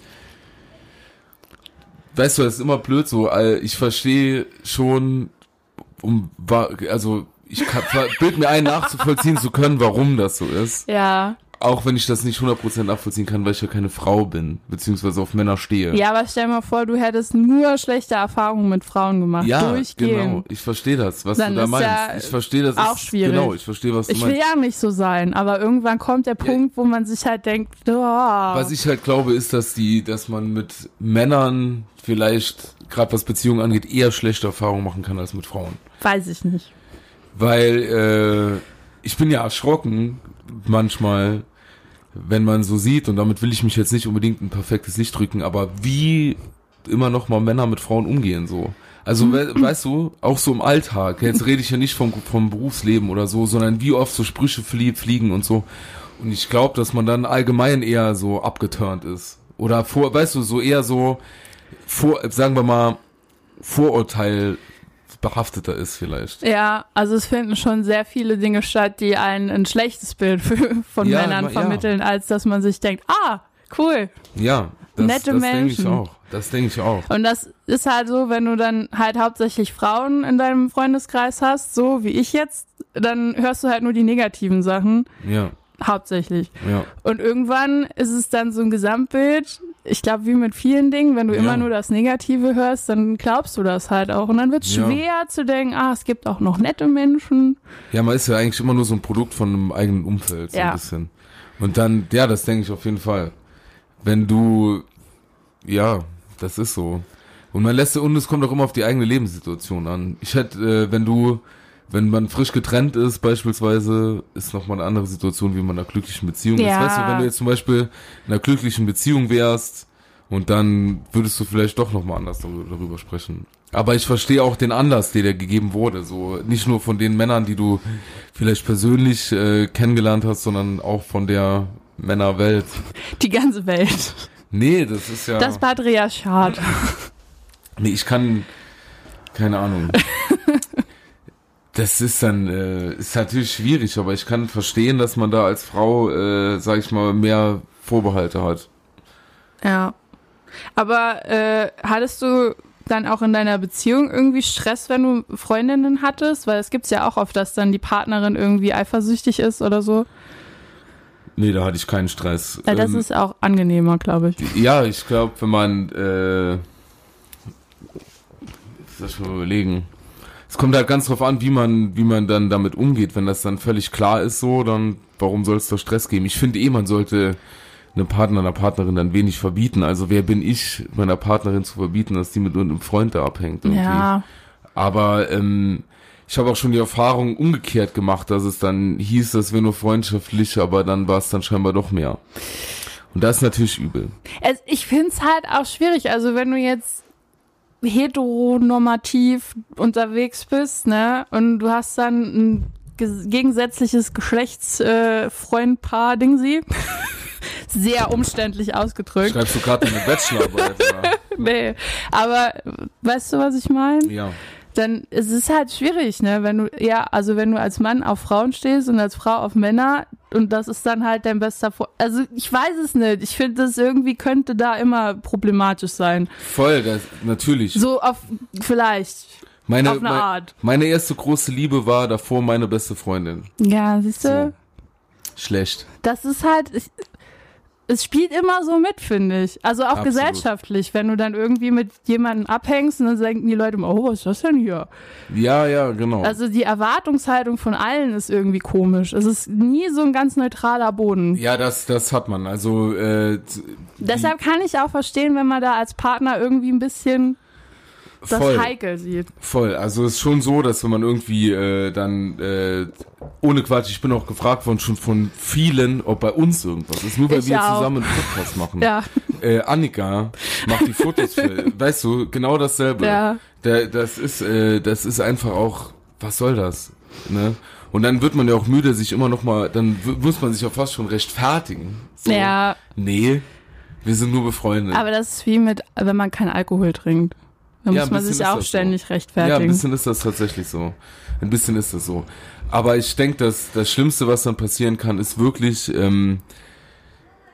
Speaker 2: Weißt du, das ist immer blöd so. all- Ich verstehe schon, um, wa- also ich kann, ver- bild mir ein, nachzuvollziehen zu können, warum das so ist.
Speaker 3: Ja.
Speaker 2: Auch wenn ich das nicht 100% nachvollziehen kann, weil ich ja keine Frau bin, beziehungsweise auf Männer stehe.
Speaker 3: Ja, aber stell mal vor, du hättest nur schlechte Erfahrungen mit Frauen gemacht.
Speaker 2: Ja, genau.
Speaker 3: Durchgehend.
Speaker 2: Ich verstehe das, was
Speaker 3: Dann
Speaker 2: du da
Speaker 3: ist
Speaker 2: meinst.
Speaker 3: ja
Speaker 2: ich verstehe das.
Speaker 3: auch
Speaker 2: ist,
Speaker 3: schwierig.
Speaker 2: Genau, ich verstehe, was du
Speaker 3: Ich will
Speaker 2: meinst.
Speaker 3: ja nicht so sein, aber irgendwann kommt der Punkt, wo man sich halt denkt, oh,
Speaker 2: Was ich halt glaube, ist, dass die, dass man mit Männern vielleicht, gerade was Beziehungen angeht, eher schlechte Erfahrungen machen kann als mit Frauen.
Speaker 3: weiß ich nicht.
Speaker 2: Weil äh, ich bin ja erschrocken manchmal, wenn man so sieht, und damit will ich mich jetzt nicht unbedingt ein perfektes Licht drücken, aber wie immer noch mal Männer mit Frauen umgehen so. Also we weißt du, auch so im Alltag, jetzt rede ich ja nicht vom, vom Berufsleben oder so, sondern wie oft so Sprüche flie fliegen und so. Und ich glaube, dass man dann allgemein eher so abgeturnt ist. Oder vor, weißt du, so eher so, vor, sagen wir mal, Vorurteil behafteter ist vielleicht.
Speaker 3: Ja, also es finden schon sehr viele Dinge statt, die einen ein schlechtes Bild für, von
Speaker 2: Ja,
Speaker 3: Männern
Speaker 2: ja.
Speaker 3: vermitteln, als dass man sich denkt, ah, cool.
Speaker 2: Ja, das,
Speaker 3: Nette
Speaker 2: das denke ich
Speaker 3: Menschen.
Speaker 2: auch. Das denke ich auch.
Speaker 3: Und das ist halt so, wenn du dann halt hauptsächlich Frauen in deinem Freundeskreis hast, so wie ich jetzt, dann hörst du halt nur die negativen Sachen,
Speaker 2: Ja,
Speaker 3: hauptsächlich.
Speaker 2: ja.
Speaker 3: Und irgendwann ist es dann so ein Gesamtbild. Ich glaube, wie mit vielen Dingen, wenn du
Speaker 2: Ja.
Speaker 3: immer nur das Negative hörst, dann glaubst du das halt auch. Und dann wird es
Speaker 2: Ja.
Speaker 3: schwer zu denken, ah, es gibt auch noch nette Menschen.
Speaker 2: Ja, man ist ja eigentlich immer nur so ein Produkt von einem eigenen Umfeld, so
Speaker 3: Ja.
Speaker 2: ein bisschen. Und dann, ja, das denke ich auf jeden Fall. Wenn du, ja, das ist so. Und man lässt, und es kommt auch immer auf die eigene Lebenssituation an. Ich hätte, äh, wenn du, wenn man frisch getrennt ist, beispielsweise, ist nochmal eine andere Situation, wie man in einer glücklichen Beziehung
Speaker 3: Ja.
Speaker 2: ist. Weißt du, wenn du jetzt zum Beispiel in einer glücklichen Beziehung wärst, und dann würdest du vielleicht doch nochmal anders darü- darüber sprechen. Aber ich verstehe auch den Anlass, der dir gegeben wurde. So nicht nur von den Männern, die du vielleicht persönlich äh, kennengelernt hast, sondern auch von der Männerwelt.
Speaker 3: Die ganze Welt.
Speaker 2: Nee, das ist ja.
Speaker 3: Das Patriarchat.
Speaker 2: nee, ich kann. Keine Ahnung. das ist dann, äh, ist natürlich schwierig, aber ich kann verstehen, dass man da als Frau, äh, sag ich mal, mehr Vorbehalte hat.
Speaker 3: Ja. Aber äh, hattest du dann auch in deiner Beziehung irgendwie Stress, wenn du Freundinnen hattest? Weil es gibt's ja auch oft, dass dann die Partnerin irgendwie eifersüchtig ist oder so.
Speaker 2: Nee, da hatte ich keinen Stress.
Speaker 3: Weil das
Speaker 2: Ähm,
Speaker 3: ist auch angenehmer, glaube ich.
Speaker 2: Ja, ich glaube, wenn man. Äh, das schon mal überlegen. Es kommt halt ganz drauf an, wie man, wie man dann damit umgeht. Wenn das dann völlig klar ist, so, dann warum soll es da Stress geben? Ich finde eh, man sollte einem Partner, einer Partnerin dann wenig verbieten. Also wer bin ich, meiner Partnerin zu verbieten, dass die mit einem Freund da abhängt? Irgendwie.
Speaker 3: Ja.
Speaker 2: Aber ähm, ich habe auch schon die Erfahrung umgekehrt gemacht, dass es dann hieß, das wäre nur freundschaftlich, aber dann war es dann scheinbar doch mehr. Und das ist natürlich übel.
Speaker 3: Es, ich find's halt auch schwierig. Also wenn du jetzt heteronormativ unterwegs bist, ne, und du hast dann ein ges- gegensätzliches Geschlechtsfreundpaar, äh, Freundpaar, Dingsi. Sehr umständlich ausgedrückt.
Speaker 2: Schreibst du gerade deine Bachelorarbeit? oder?
Speaker 3: Nee. Aber äh, weißt du, was ich meine?
Speaker 2: ja.
Speaker 3: Dann es ist halt schwierig, ne? Wenn du, ja, also wenn du als Mann auf Frauen stehst und als Frau auf Männer und das ist dann halt dein bester Freund. Also ich weiß es nicht. Ich finde, das irgendwie könnte da immer problematisch sein.
Speaker 2: Voll, das, natürlich.
Speaker 3: So auf vielleicht.
Speaker 2: meine,
Speaker 3: auf eine
Speaker 2: mein-
Speaker 3: Art.
Speaker 2: Meine erste große Liebe war davor meine beste Freundin.
Speaker 3: Ja, siehst du?
Speaker 2: So. Schlecht.
Speaker 3: Das ist halt. Ich, es spielt immer so mit, finde ich. Also auch
Speaker 2: Absolut.
Speaker 3: gesellschaftlich, wenn du dann irgendwie mit jemandem abhängst und dann denken die Leute immer, oh, was ist das denn hier?
Speaker 2: Ja, ja, genau.
Speaker 3: Also die Erwartungshaltung von allen ist irgendwie komisch. Es ist nie so ein ganz neutraler Boden.
Speaker 2: ja, das, das hat man. Also, äh,
Speaker 3: Deshalb kann ich auch verstehen, wenn man da als Partner irgendwie ein bisschen das
Speaker 2: voll.
Speaker 3: heikel sieht.
Speaker 2: Voll, also es ist schon so, dass wenn man irgendwie äh, dann äh, ohne Quatsch, ich bin auch gefragt worden schon von vielen, ob bei uns irgendwas ist, nur weil
Speaker 3: Ich
Speaker 2: wir
Speaker 3: auch.
Speaker 2: zusammen einen Podcast machen.
Speaker 3: Ja.
Speaker 2: Äh, Annika macht die Fotos für, weißt du, genau dasselbe.
Speaker 3: Ja.
Speaker 2: Da, das ist äh, das ist einfach auch was soll das? Ne? Und dann wird man ja auch müde, sich immer noch mal, dann w- muss man sich ja fast schon rechtfertigen. So,
Speaker 3: Ja,
Speaker 2: Nee, wir sind nur befreundet.
Speaker 3: aber das ist wie mit, wenn man keinen Alkohol trinkt. Dann
Speaker 2: Ja,
Speaker 3: muss
Speaker 2: ein
Speaker 3: man
Speaker 2: bisschen
Speaker 3: sich
Speaker 2: ist
Speaker 3: auch
Speaker 2: das so.
Speaker 3: ständig
Speaker 2: ja, ein
Speaker 3: rechtfertigen.
Speaker 2: bisschen ist das tatsächlich so. Ein bisschen ist das so. Aber ich denke, dass das Schlimmste, was dann passieren kann, ist wirklich, ähm,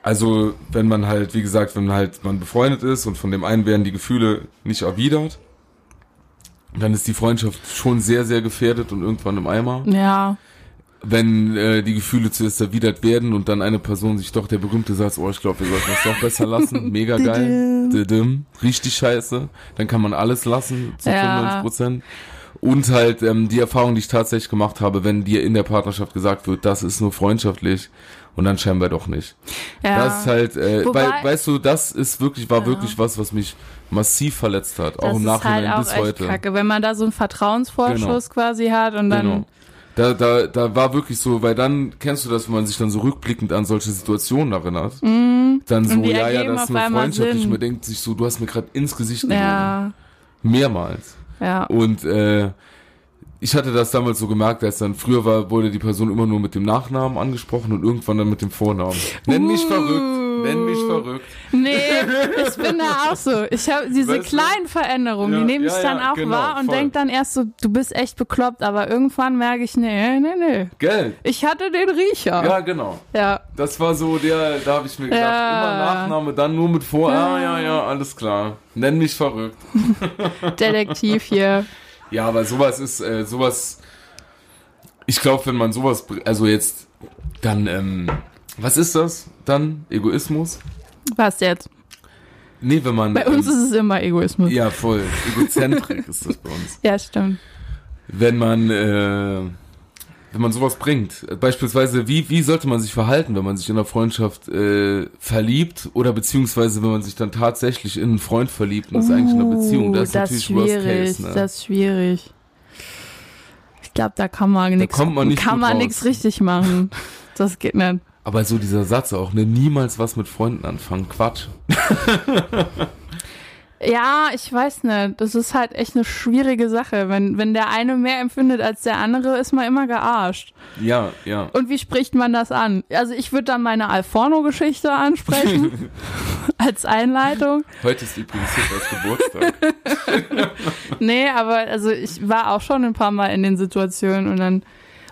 Speaker 2: also wenn man halt, wie gesagt, wenn halt man befreundet ist und von dem einen werden die Gefühle nicht erwidert, dann ist die Freundschaft schon sehr, sehr gefährdet und irgendwann im Eimer.
Speaker 3: ja,
Speaker 2: wenn äh, die Gefühle zuerst erwidert werden und dann eine Person sich doch der berühmte Satz, oh, ich glaube, wir sollten das doch besser lassen, mega geil, Didim. richtig scheiße, dann kann man alles lassen zu
Speaker 3: Ja.
Speaker 2: 95 Prozent. Und halt ähm, die Erfahrung, die ich tatsächlich gemacht habe, wenn dir in der Partnerschaft gesagt wird, das ist nur freundschaftlich und dann scheinbar doch nicht.
Speaker 3: ja.
Speaker 2: Das ist halt, äh,
Speaker 3: Wobei-
Speaker 2: weil, weißt du, das ist wirklich, war wirklich was, was mich massiv verletzt hat, auch
Speaker 3: das
Speaker 2: im
Speaker 3: ist
Speaker 2: Nachhinein
Speaker 3: halt auch
Speaker 2: bis
Speaker 3: echt
Speaker 2: heute.
Speaker 3: kacke, wenn man da so einen Vertrauensvorschuss quasi hat und dann
Speaker 2: Genau. Da, da, da war wirklich so, weil dann kennst du das, wenn man sich dann so rückblickend an solche Situationen erinnert. Dann so,
Speaker 3: die
Speaker 2: ja, ja,
Speaker 3: Mhm. ergeben
Speaker 2: das
Speaker 3: auf
Speaker 2: ist nur
Speaker 3: einmal
Speaker 2: freundschaftlich.
Speaker 3: Sinn.
Speaker 2: Man denkt sich so, du hast mir gerade ins Gesicht gelogen.
Speaker 3: ja,
Speaker 2: Mehrmals.
Speaker 3: ja,
Speaker 2: Und äh, ich hatte das damals so gemerkt, als dann früher war, wurde die Person immer nur mit dem Nachnamen angesprochen und irgendwann dann mit dem Vornamen. Nenn mich
Speaker 3: Uh.
Speaker 2: verrückt. Nenn mich verrückt.
Speaker 3: nee, ich bin da auch so. Ich habe diese
Speaker 2: Weißt du?
Speaker 3: kleinen Veränderungen,
Speaker 2: Ja,
Speaker 3: die nehme ich
Speaker 2: ja,
Speaker 3: dann
Speaker 2: ja,
Speaker 3: auch
Speaker 2: genau,
Speaker 3: wahr und
Speaker 2: voll.
Speaker 3: denke dann erst so, du bist echt bekloppt, aber irgendwann merke ich, nee, nee, nee.
Speaker 2: Gell?
Speaker 3: Ich hatte den Riecher.
Speaker 2: Ja, genau.
Speaker 3: ja.
Speaker 2: Das war so der, da habe ich mir gedacht,
Speaker 3: Ja.
Speaker 2: immer Nachname, dann nur mit Vor. Ah, ja, ja, alles klar. Nenn mich verrückt.
Speaker 3: Detektiv hier.
Speaker 2: Ja, aber sowas ist, äh, sowas. Ich glaube, wenn man sowas, br- also jetzt, dann, ähm, was ist das dann? Egoismus?
Speaker 3: Was jetzt?
Speaker 2: Nee, wenn man.
Speaker 3: Bei uns
Speaker 2: ähm,
Speaker 3: ist es immer Egoismus. Ja,
Speaker 2: ja, voll. Egozentrik ist das bei uns.
Speaker 3: stimmt.
Speaker 2: Wenn man, äh, wenn man sowas bringt. Beispielsweise, wie, wie sollte man sich verhalten, wenn man sich in einer Freundschaft äh, verliebt oder beziehungsweise, wenn man sich dann tatsächlich in einen Freund verliebt und ist eigentlich in einer Beziehung. Das ist natürlich
Speaker 3: Uh, schwierig.
Speaker 2: Worst Case, ne?
Speaker 3: Das ist schwierig. Ich glaube, da kann man nichts
Speaker 2: kommt man nicht
Speaker 3: kann
Speaker 2: gut
Speaker 3: man
Speaker 2: raus.
Speaker 3: nichts richtig machen. Das geht nicht.
Speaker 2: Aber so dieser Satz auch, ne, niemals was mit Freunden anfangen, Quatsch.
Speaker 3: Ja, ich weiß nicht. Das ist halt echt eine schwierige Sache. Wenn, wenn der eine mehr empfindet als der andere, ist man immer gearscht.
Speaker 2: Ja, ja.
Speaker 3: Und wie spricht man das an? Also ich würde dann meine Alforno-Geschichte ansprechen als Einleitung.
Speaker 2: Heute ist übrigens Hitlers Geburtstag.
Speaker 3: Nee, aber also ich war auch schon ein paar Mal in den Situationen und dann.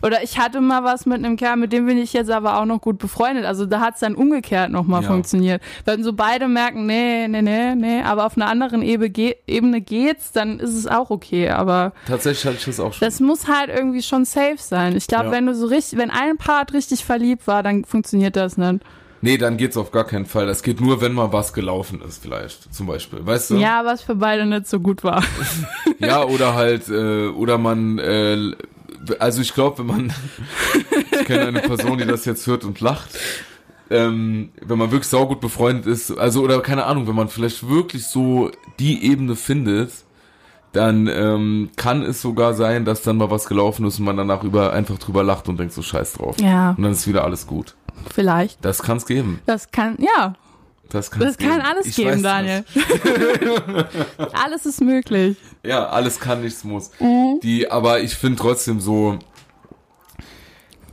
Speaker 3: Oder ich hatte mal was mit einem Kerl, mit dem bin ich jetzt aber auch noch gut befreundet. Also da hat's dann umgekehrt nochmal
Speaker 2: Ja.
Speaker 3: funktioniert. Wenn so beide merken, nee, nee, nee, nee, aber auf einer anderen Ebe- ge- Ebene geht's, dann ist es auch okay. Aber
Speaker 2: Tatsächlich hatte ich das auch schon.
Speaker 3: das muss halt irgendwie schon safe sein. Ich glaube,
Speaker 2: Ja.
Speaker 3: wenn du so richtig, wenn ein Part richtig verliebt war, dann funktioniert das nicht.
Speaker 2: nee, dann geht's auf gar keinen Fall. Das geht nur, wenn mal was gelaufen ist, vielleicht. Zum Beispiel. Weißt du?
Speaker 3: Ja, was für beide nicht so gut war.
Speaker 2: Ja, oder halt, äh, oder man, äh, also ich glaube, wenn man, ich kenne eine Person, die das jetzt hört und lacht, ähm, wenn man wirklich saugut befreundet ist, also oder keine Ahnung, wenn man vielleicht wirklich so die Ebene findet, dann ähm, kann es sogar sein, dass dann mal was gelaufen ist und man danach über, einfach drüber lacht und denkt so scheiß drauf.
Speaker 3: Ja,
Speaker 2: Und dann ist wieder alles gut.
Speaker 3: vielleicht.
Speaker 2: Das kann's geben.
Speaker 3: Das kann, ja,
Speaker 2: Das, kann's
Speaker 3: das kann
Speaker 2: geben.
Speaker 3: alles
Speaker 2: Ich weiß das.
Speaker 3: geben, Daniel. alles ist möglich.
Speaker 2: Ja, alles kann, nichts muss.
Speaker 3: Mhm.
Speaker 2: Die, aber ich finde trotzdem so,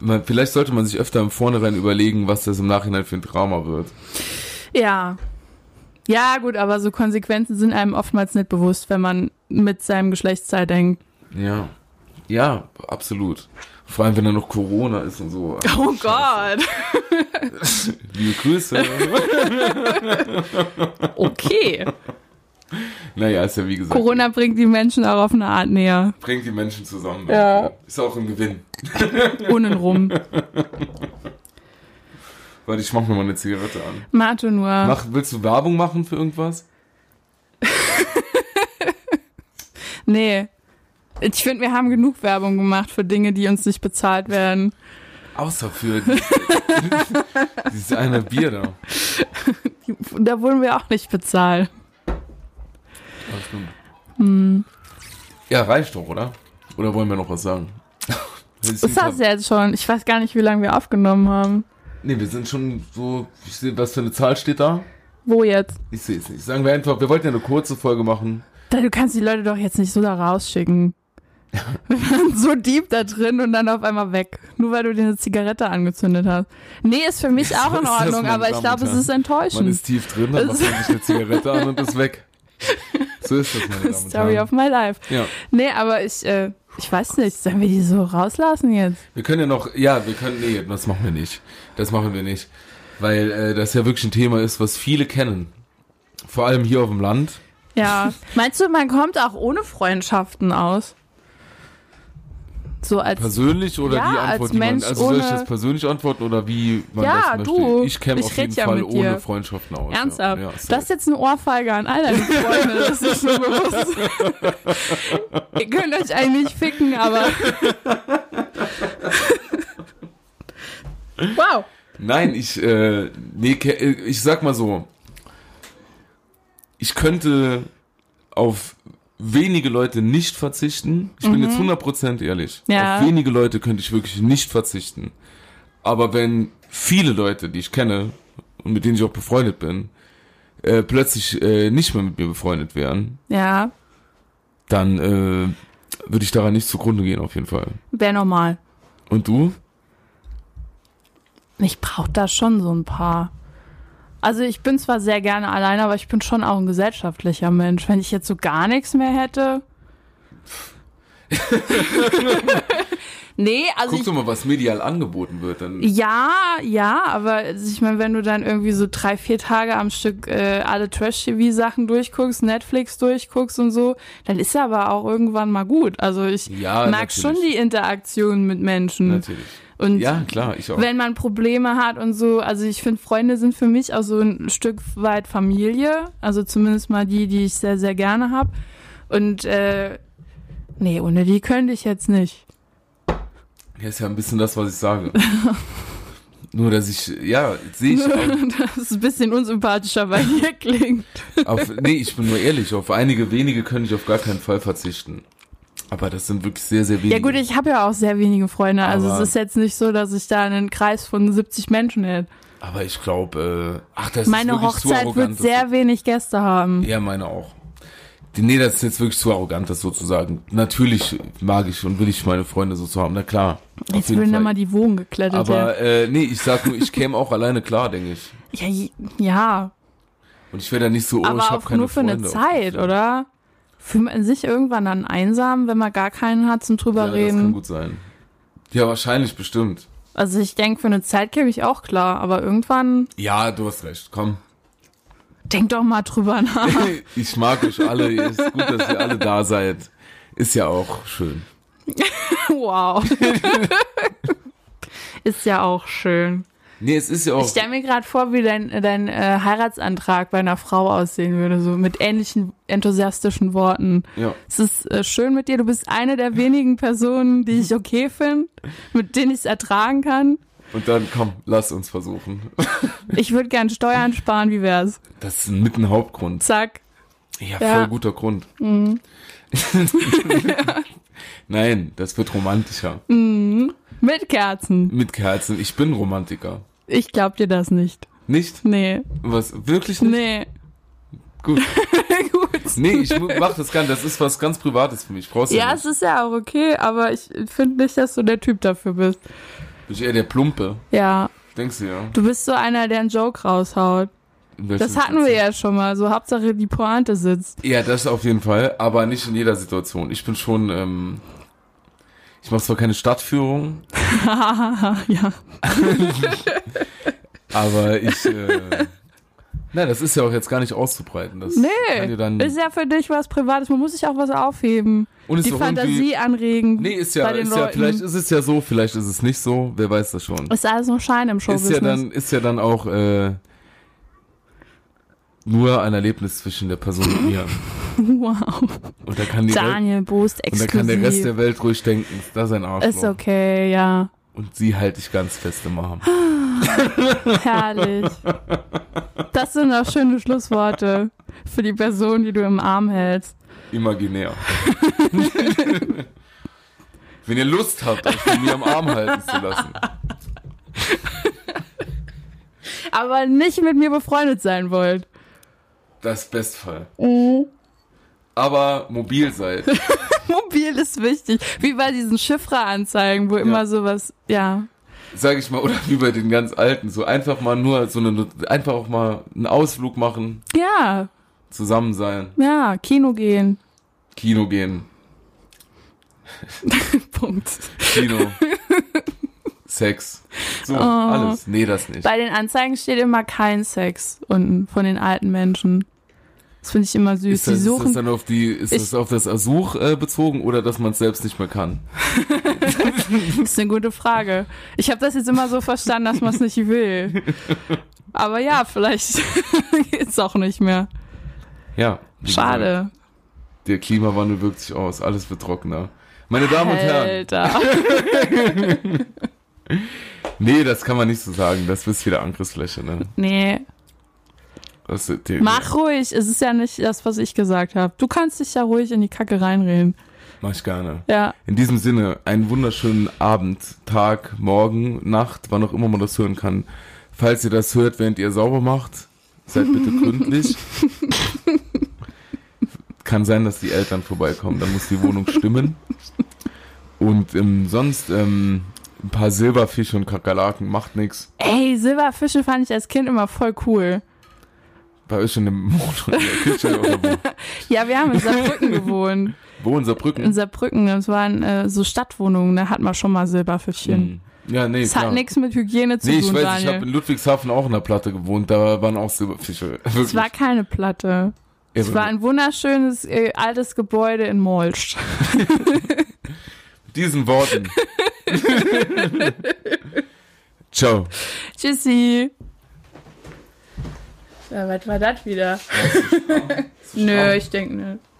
Speaker 2: man, vielleicht sollte man sich öfter im Vornherein überlegen, was das im Nachhinein für ein Drama wird.
Speaker 3: Ja. Ja, gut, aber so Konsequenzen sind einem oftmals nicht bewusst, wenn man mit seinem Geschlechtsteil denkt.
Speaker 2: Ja. Ja, absolut. Vor allem, wenn da noch Corona ist und so.
Speaker 3: Oh Gott.
Speaker 2: Liebe Grüße.
Speaker 3: Okay.
Speaker 2: naja, ist ja wie gesagt,
Speaker 3: Corona bringt die Menschen auch auf eine Art näher.
Speaker 2: bringt die Menschen zusammen.
Speaker 3: Ja.
Speaker 2: Ist auch ein Gewinn.
Speaker 3: Untenrum.
Speaker 2: Warte, ich mach mir mal eine Zigarette an.
Speaker 3: Mate nur.
Speaker 2: Mach, willst du Werbung machen für irgendwas?
Speaker 3: Nee. Ich finde, wir haben genug Werbung gemacht für Dinge, die uns nicht bezahlt werden.
Speaker 2: Außer für die- dieses eine Bier da.
Speaker 3: Da wurden wir auch nicht bezahlt.
Speaker 2: Ja, stimmt. Ja, reicht doch, oder? Oder wollen wir noch was sagen? Wir sind
Speaker 3: Ist das
Speaker 2: grad-
Speaker 3: jetzt schon? Ich weiß gar nicht, wie lange wir aufgenommen haben.
Speaker 2: nee, wir sind schon so. Ich sehe, was für eine Zahl steht da?
Speaker 3: Wo jetzt?
Speaker 2: Ich sehe es nicht. Sagen wir einfach, wir wollten ja eine kurze Folge machen.
Speaker 3: Da- Du kannst die Leute doch jetzt nicht so da rausschicken. Wir waren so deep da drin und dann auf einmal weg. Nur weil du dir eine Zigarette angezündet hast. Nee, ist für mich auch in
Speaker 2: ist das,
Speaker 3: Ordnung,
Speaker 2: meine
Speaker 3: aber ich
Speaker 2: Damen
Speaker 3: glaube,
Speaker 2: und
Speaker 3: es ist
Speaker 2: Man
Speaker 3: enttäuschend.
Speaker 2: ist tief drin, dann macht
Speaker 3: Das-
Speaker 2: man sich eine Zigarette an und ist weg. So ist das, meine Damen und
Speaker 3: Story
Speaker 2: Herren.
Speaker 3: of my life.
Speaker 2: Ja,
Speaker 3: Nee, aber ich, äh, ich weiß nicht, sollen wir die so rauslassen jetzt?
Speaker 2: wir können ja noch, ja, wir können, nee, das machen wir nicht. Das machen wir nicht. Weil äh, das ja wirklich ein Thema ist, was viele kennen. Vor allem hier auf dem Land.
Speaker 3: Ja. Meinst du, man kommt auch ohne Freundschaften aus? So als.
Speaker 2: Persönlich oder
Speaker 3: Ja,
Speaker 2: die
Speaker 3: als
Speaker 2: Antwort, die man,
Speaker 3: Mensch
Speaker 2: also soll ich
Speaker 3: ohne-
Speaker 2: das persönlich antworten oder wie man
Speaker 3: Ja,
Speaker 2: das möchte?
Speaker 3: du,
Speaker 2: ich käme
Speaker 3: ich
Speaker 2: auf
Speaker 3: red
Speaker 2: jeden
Speaker 3: ja
Speaker 2: Fall
Speaker 3: mit
Speaker 2: ohne
Speaker 3: dir.
Speaker 2: Freundschaften aus.
Speaker 3: Ernsthaft?
Speaker 2: Ja, ja,
Speaker 3: das ist jetzt eine Ohrfeige an all deine Freunde, das ist mir bewusst. Ihr könnt euch eigentlich ficken, aber. wow.
Speaker 2: Nein, ich, äh, nee, ke- äh, ich sag mal so. Ich könnte auf wenige Leute nicht verzichten. Ich bin jetzt 100% ehrlich.
Speaker 3: Mhm. Ja.
Speaker 2: Auf wenige Leute könnte ich wirklich nicht verzichten. Aber wenn viele Leute, die ich kenne und mit denen ich auch befreundet bin, äh, plötzlich äh, nicht mehr mit mir befreundet wären,
Speaker 3: Ja,
Speaker 2: dann äh, würde ich daran nicht zugrunde gehen, auf jeden Fall.
Speaker 3: wäre normal.
Speaker 2: Und du?
Speaker 3: Also Ich brauche da schon so ein paar. Also ich bin zwar sehr gerne alleine, aber ich bin schon auch ein gesellschaftlicher Mensch. Wenn ich jetzt so gar nichts mehr hätte. nee, also
Speaker 2: Guck
Speaker 3: ich,
Speaker 2: doch mal, was medial angeboten wird. Dann
Speaker 3: ja, ja, aber also ich meine, wenn du dann irgendwie so drei, vier Tage am Stück äh, alle Trash-TV-Sachen durchguckst, Netflix durchguckst und so, dann ist ja aber auch irgendwann mal gut. Also ich
Speaker 2: Ja,
Speaker 3: mag
Speaker 2: natürlich.
Speaker 3: schon die Interaktion mit Menschen.
Speaker 2: natürlich.
Speaker 3: Und
Speaker 2: Ja, klar, ich auch.
Speaker 3: wenn man Probleme hat und so. Also ich finde, Freunde sind für mich auch so ein Stück weit Familie. Also zumindest mal die, die ich sehr, sehr gerne habe. Und äh, nee, ohne die könnte ich jetzt nicht.
Speaker 2: Ja, ist ja ein bisschen das, was ich sage. Nur, dass ich, ja, sehe ich auch.
Speaker 3: Das ist ein bisschen unsympathischer bei dir klingt.
Speaker 2: Auf, nee, ich bin nur ehrlich, auf einige wenige könnte ich auf gar keinen Fall verzichten. Aber das sind wirklich sehr, sehr wenige.
Speaker 3: Ja gut, ich habe ja auch sehr wenige Freunde. Also
Speaker 2: Aber-
Speaker 3: es ist jetzt nicht so, dass ich da einen Kreis von 70 Menschen hätte.
Speaker 2: Aber ich glaube, äh, ach, das ist
Speaker 3: Meine
Speaker 2: wirklich zu
Speaker 3: Hochzeit
Speaker 2: arrogant.
Speaker 3: wird sehr wenig Gäste haben.
Speaker 2: ja, meine auch. Die- Nee, das ist jetzt wirklich zu arrogant, das sozusagen. Natürlich mag ich und will ich meine Freunde so zu haben, na klar. auf
Speaker 3: Jetzt
Speaker 2: jeden
Speaker 3: würden da
Speaker 2: Fall.
Speaker 3: mal die Wogen geklettert.
Speaker 2: Aber äh, nee, ich sag nur, ich käme auch alleine klar, denke ich.
Speaker 3: ja, ja, ja,
Speaker 2: Und ich wäre dann nicht so, oh, ich
Speaker 3: aber
Speaker 2: habe
Speaker 3: auch
Speaker 2: keine
Speaker 3: nur für
Speaker 2: Freunde.
Speaker 3: eine Zeit, oder? Fühlt man sich irgendwann dann einsam, wenn man gar keinen hat zum drüber
Speaker 2: Ja, das kann
Speaker 3: reden?
Speaker 2: gut sein. Ja, wahrscheinlich, bestimmt.
Speaker 3: Also ich denke, für eine Zeit käme ich auch klar, aber irgendwann
Speaker 2: Ja, du hast recht. Komm.
Speaker 3: denk doch mal drüber nach.
Speaker 2: Ich mag euch alle. Ist gut, dass ihr alle da seid. Ist ja auch schön.
Speaker 3: wow. Ist ja auch schön.
Speaker 2: Nee, es ist ja auch.
Speaker 3: Ich stelle mir gerade vor, wie dein, dein äh, Heiratsantrag bei einer Frau aussehen würde, so mit ähnlichen enthusiastischen Worten.
Speaker 2: Ja.
Speaker 3: Es ist äh, schön mit dir, du bist eine der wenigen Personen, die ich okay finde, mit denen ich es ertragen kann.
Speaker 2: Und dann, komm, lass uns versuchen.
Speaker 3: Ich würde gern Steuern sparen, wie wär's?
Speaker 2: Das ist mit ein Hauptgrund.
Speaker 3: Zack.
Speaker 2: Ja,
Speaker 3: Ja. Mhm.
Speaker 2: voll guter Grund. Nein, das wird romantischer.
Speaker 3: Mit Kerzen.
Speaker 2: Mit Kerzen. Ich bin Romantiker.
Speaker 3: Ich glaub dir das nicht.
Speaker 2: Nicht?
Speaker 3: Nee.
Speaker 2: Was? Wirklich nicht?
Speaker 3: Nee.
Speaker 2: Gut.
Speaker 3: Gut.
Speaker 2: Nee, ich mu- mach das gar nicht. Das ist was ganz Privates für mich. Brauchst du
Speaker 3: Ja,
Speaker 2: ja,
Speaker 3: es
Speaker 2: nicht.
Speaker 3: ist ja auch okay, aber ich finde nicht, dass du der Typ dafür bist.
Speaker 2: Bin ich eher der Plumpe.
Speaker 3: Ja.
Speaker 2: Denkst du ja?
Speaker 3: Du bist so einer, der einen Joke raushaut.
Speaker 2: In welchen
Speaker 3: Das hatten wir ja schon mal. So Hauptsache die Pointe sitzt.
Speaker 2: Ja, das auf jeden Fall, aber nicht in jeder Situation. Ich bin schon, ähm, ich mache zwar keine Stadtführung,
Speaker 3: ja.
Speaker 2: aber ich, äh, na, das ist ja auch jetzt gar nicht auszubreiten. Das
Speaker 3: Nee.
Speaker 2: kann dir dann,
Speaker 3: Ist ja für dich was Privates. Man muss sich auch was aufheben.
Speaker 2: und ist
Speaker 3: die
Speaker 2: doch
Speaker 3: Fantasie anregen.
Speaker 2: irgendwie, nee, ist ja,
Speaker 3: bei den
Speaker 2: ist
Speaker 3: Leuten.
Speaker 2: ja, vielleicht ist es ja so, vielleicht ist es nicht so, wer weiß das schon.
Speaker 3: ist alles nur Schein im Showbusiness.
Speaker 2: Ist ja dann, ist ja dann auch, äh, nur ein Erlebnis zwischen der Person und mir.
Speaker 3: wow.
Speaker 2: Und da kann die Welt,
Speaker 3: Daniel Boost
Speaker 2: und da
Speaker 3: exklusiv.
Speaker 2: kann der Rest der Welt ruhig denken, das ist ein Arschloch.
Speaker 3: ist okay, ja.
Speaker 2: Und sie halte ich ganz fest im Arm.
Speaker 3: Herrlich. Das sind auch schöne Schlussworte für die Person, die du im Arm hältst.
Speaker 2: Imaginär. Wenn ihr Lust habt, euch von mir am Arm halten zu lassen.
Speaker 3: Aber nicht mit mir befreundet sein wollt. Mhm.
Speaker 2: Das ist Bestfall. Aber mobil seid.
Speaker 3: Mobil ist wichtig. Wie bei diesen Chiffre-Anzeigen, wo immer sowas, ja.
Speaker 2: sag ich mal, oder wie bei den ganz alten, so einfach mal nur so eine, einfach auch mal einen Ausflug machen,
Speaker 3: Ja,
Speaker 2: zusammen sein,
Speaker 3: ja, Kino gehen.
Speaker 2: Kino gehen,
Speaker 3: Punkt.
Speaker 2: Kino, Sex, so alles. Nee, das nicht.
Speaker 3: Oh. Bei den Anzeigen steht immer kein Sex unten von den alten Menschen. Das finde ich immer süß.
Speaker 2: Ist das,
Speaker 3: Die
Speaker 2: ist das
Speaker 3: suchen
Speaker 2: dann auf die, ist
Speaker 3: Ich-
Speaker 2: das auf das Ersuch äh, bezogen oder dass man es selbst nicht mehr kann?
Speaker 3: Das ist eine gute Frage. Ich habe das jetzt immer so verstanden, dass man es nicht will. Aber ja, vielleicht geht's auch nicht mehr.
Speaker 2: Ja. wie gesagt,
Speaker 3: Schade.
Speaker 2: Der Klimawandel wirkt sich aus, alles wird trockener. Meine Damen
Speaker 3: Halt.
Speaker 2: und Herren,
Speaker 3: Alter.
Speaker 2: nee, das kann man nicht so sagen. Das ist wieder Angriffsfläche, ne?
Speaker 3: Nee,
Speaker 2: Das ist die,
Speaker 3: mach ruhig. Es ist ja nicht das, was ich gesagt habe. Du kannst dich ja ruhig in die Kacke reinreden.
Speaker 2: Mach ich gerne.
Speaker 3: Ja,
Speaker 2: In diesem Sinne, einen wunderschönen Abend, Tag, Morgen, Nacht, wann auch immer man das hören kann. Falls ihr das hört, während ihr sauber macht, seid bitte gründlich. kann sein, dass die Eltern vorbeikommen, dann muss die Wohnung stimmen. Und ähm, sonst ähm, ein paar Silberfische und Kakerlaken macht nichts.
Speaker 3: ey, Silberfische fand ich als Kind immer voll cool.
Speaker 2: Bei euch in dem Motor in der Küche oder wo?
Speaker 3: Ja, wir haben in Saarbrücken gewohnt.
Speaker 2: Wo in
Speaker 3: In
Speaker 2: Saarbrücken?
Speaker 3: Saarbrücken, das waren äh, so Stadtwohnungen, da hat man schon mal Silberfischchen.
Speaker 2: Hm. Ja, nee,
Speaker 3: Das
Speaker 2: klar.
Speaker 3: hat nichts mit Hygiene zu
Speaker 2: Nee, ich
Speaker 3: tun,
Speaker 2: weiß, ich
Speaker 3: Daniel.
Speaker 2: habe in Ludwigshafen auch in der Platte gewohnt, da waren auch Silberfische.
Speaker 3: es war keine Platte. Es war ein wunderschönes äh, altes Gebäude in Molsch.
Speaker 2: diesen Worten. Ciao.
Speaker 3: Tschüssi. Ja, was war das wieder? Nö, ich denke nicht.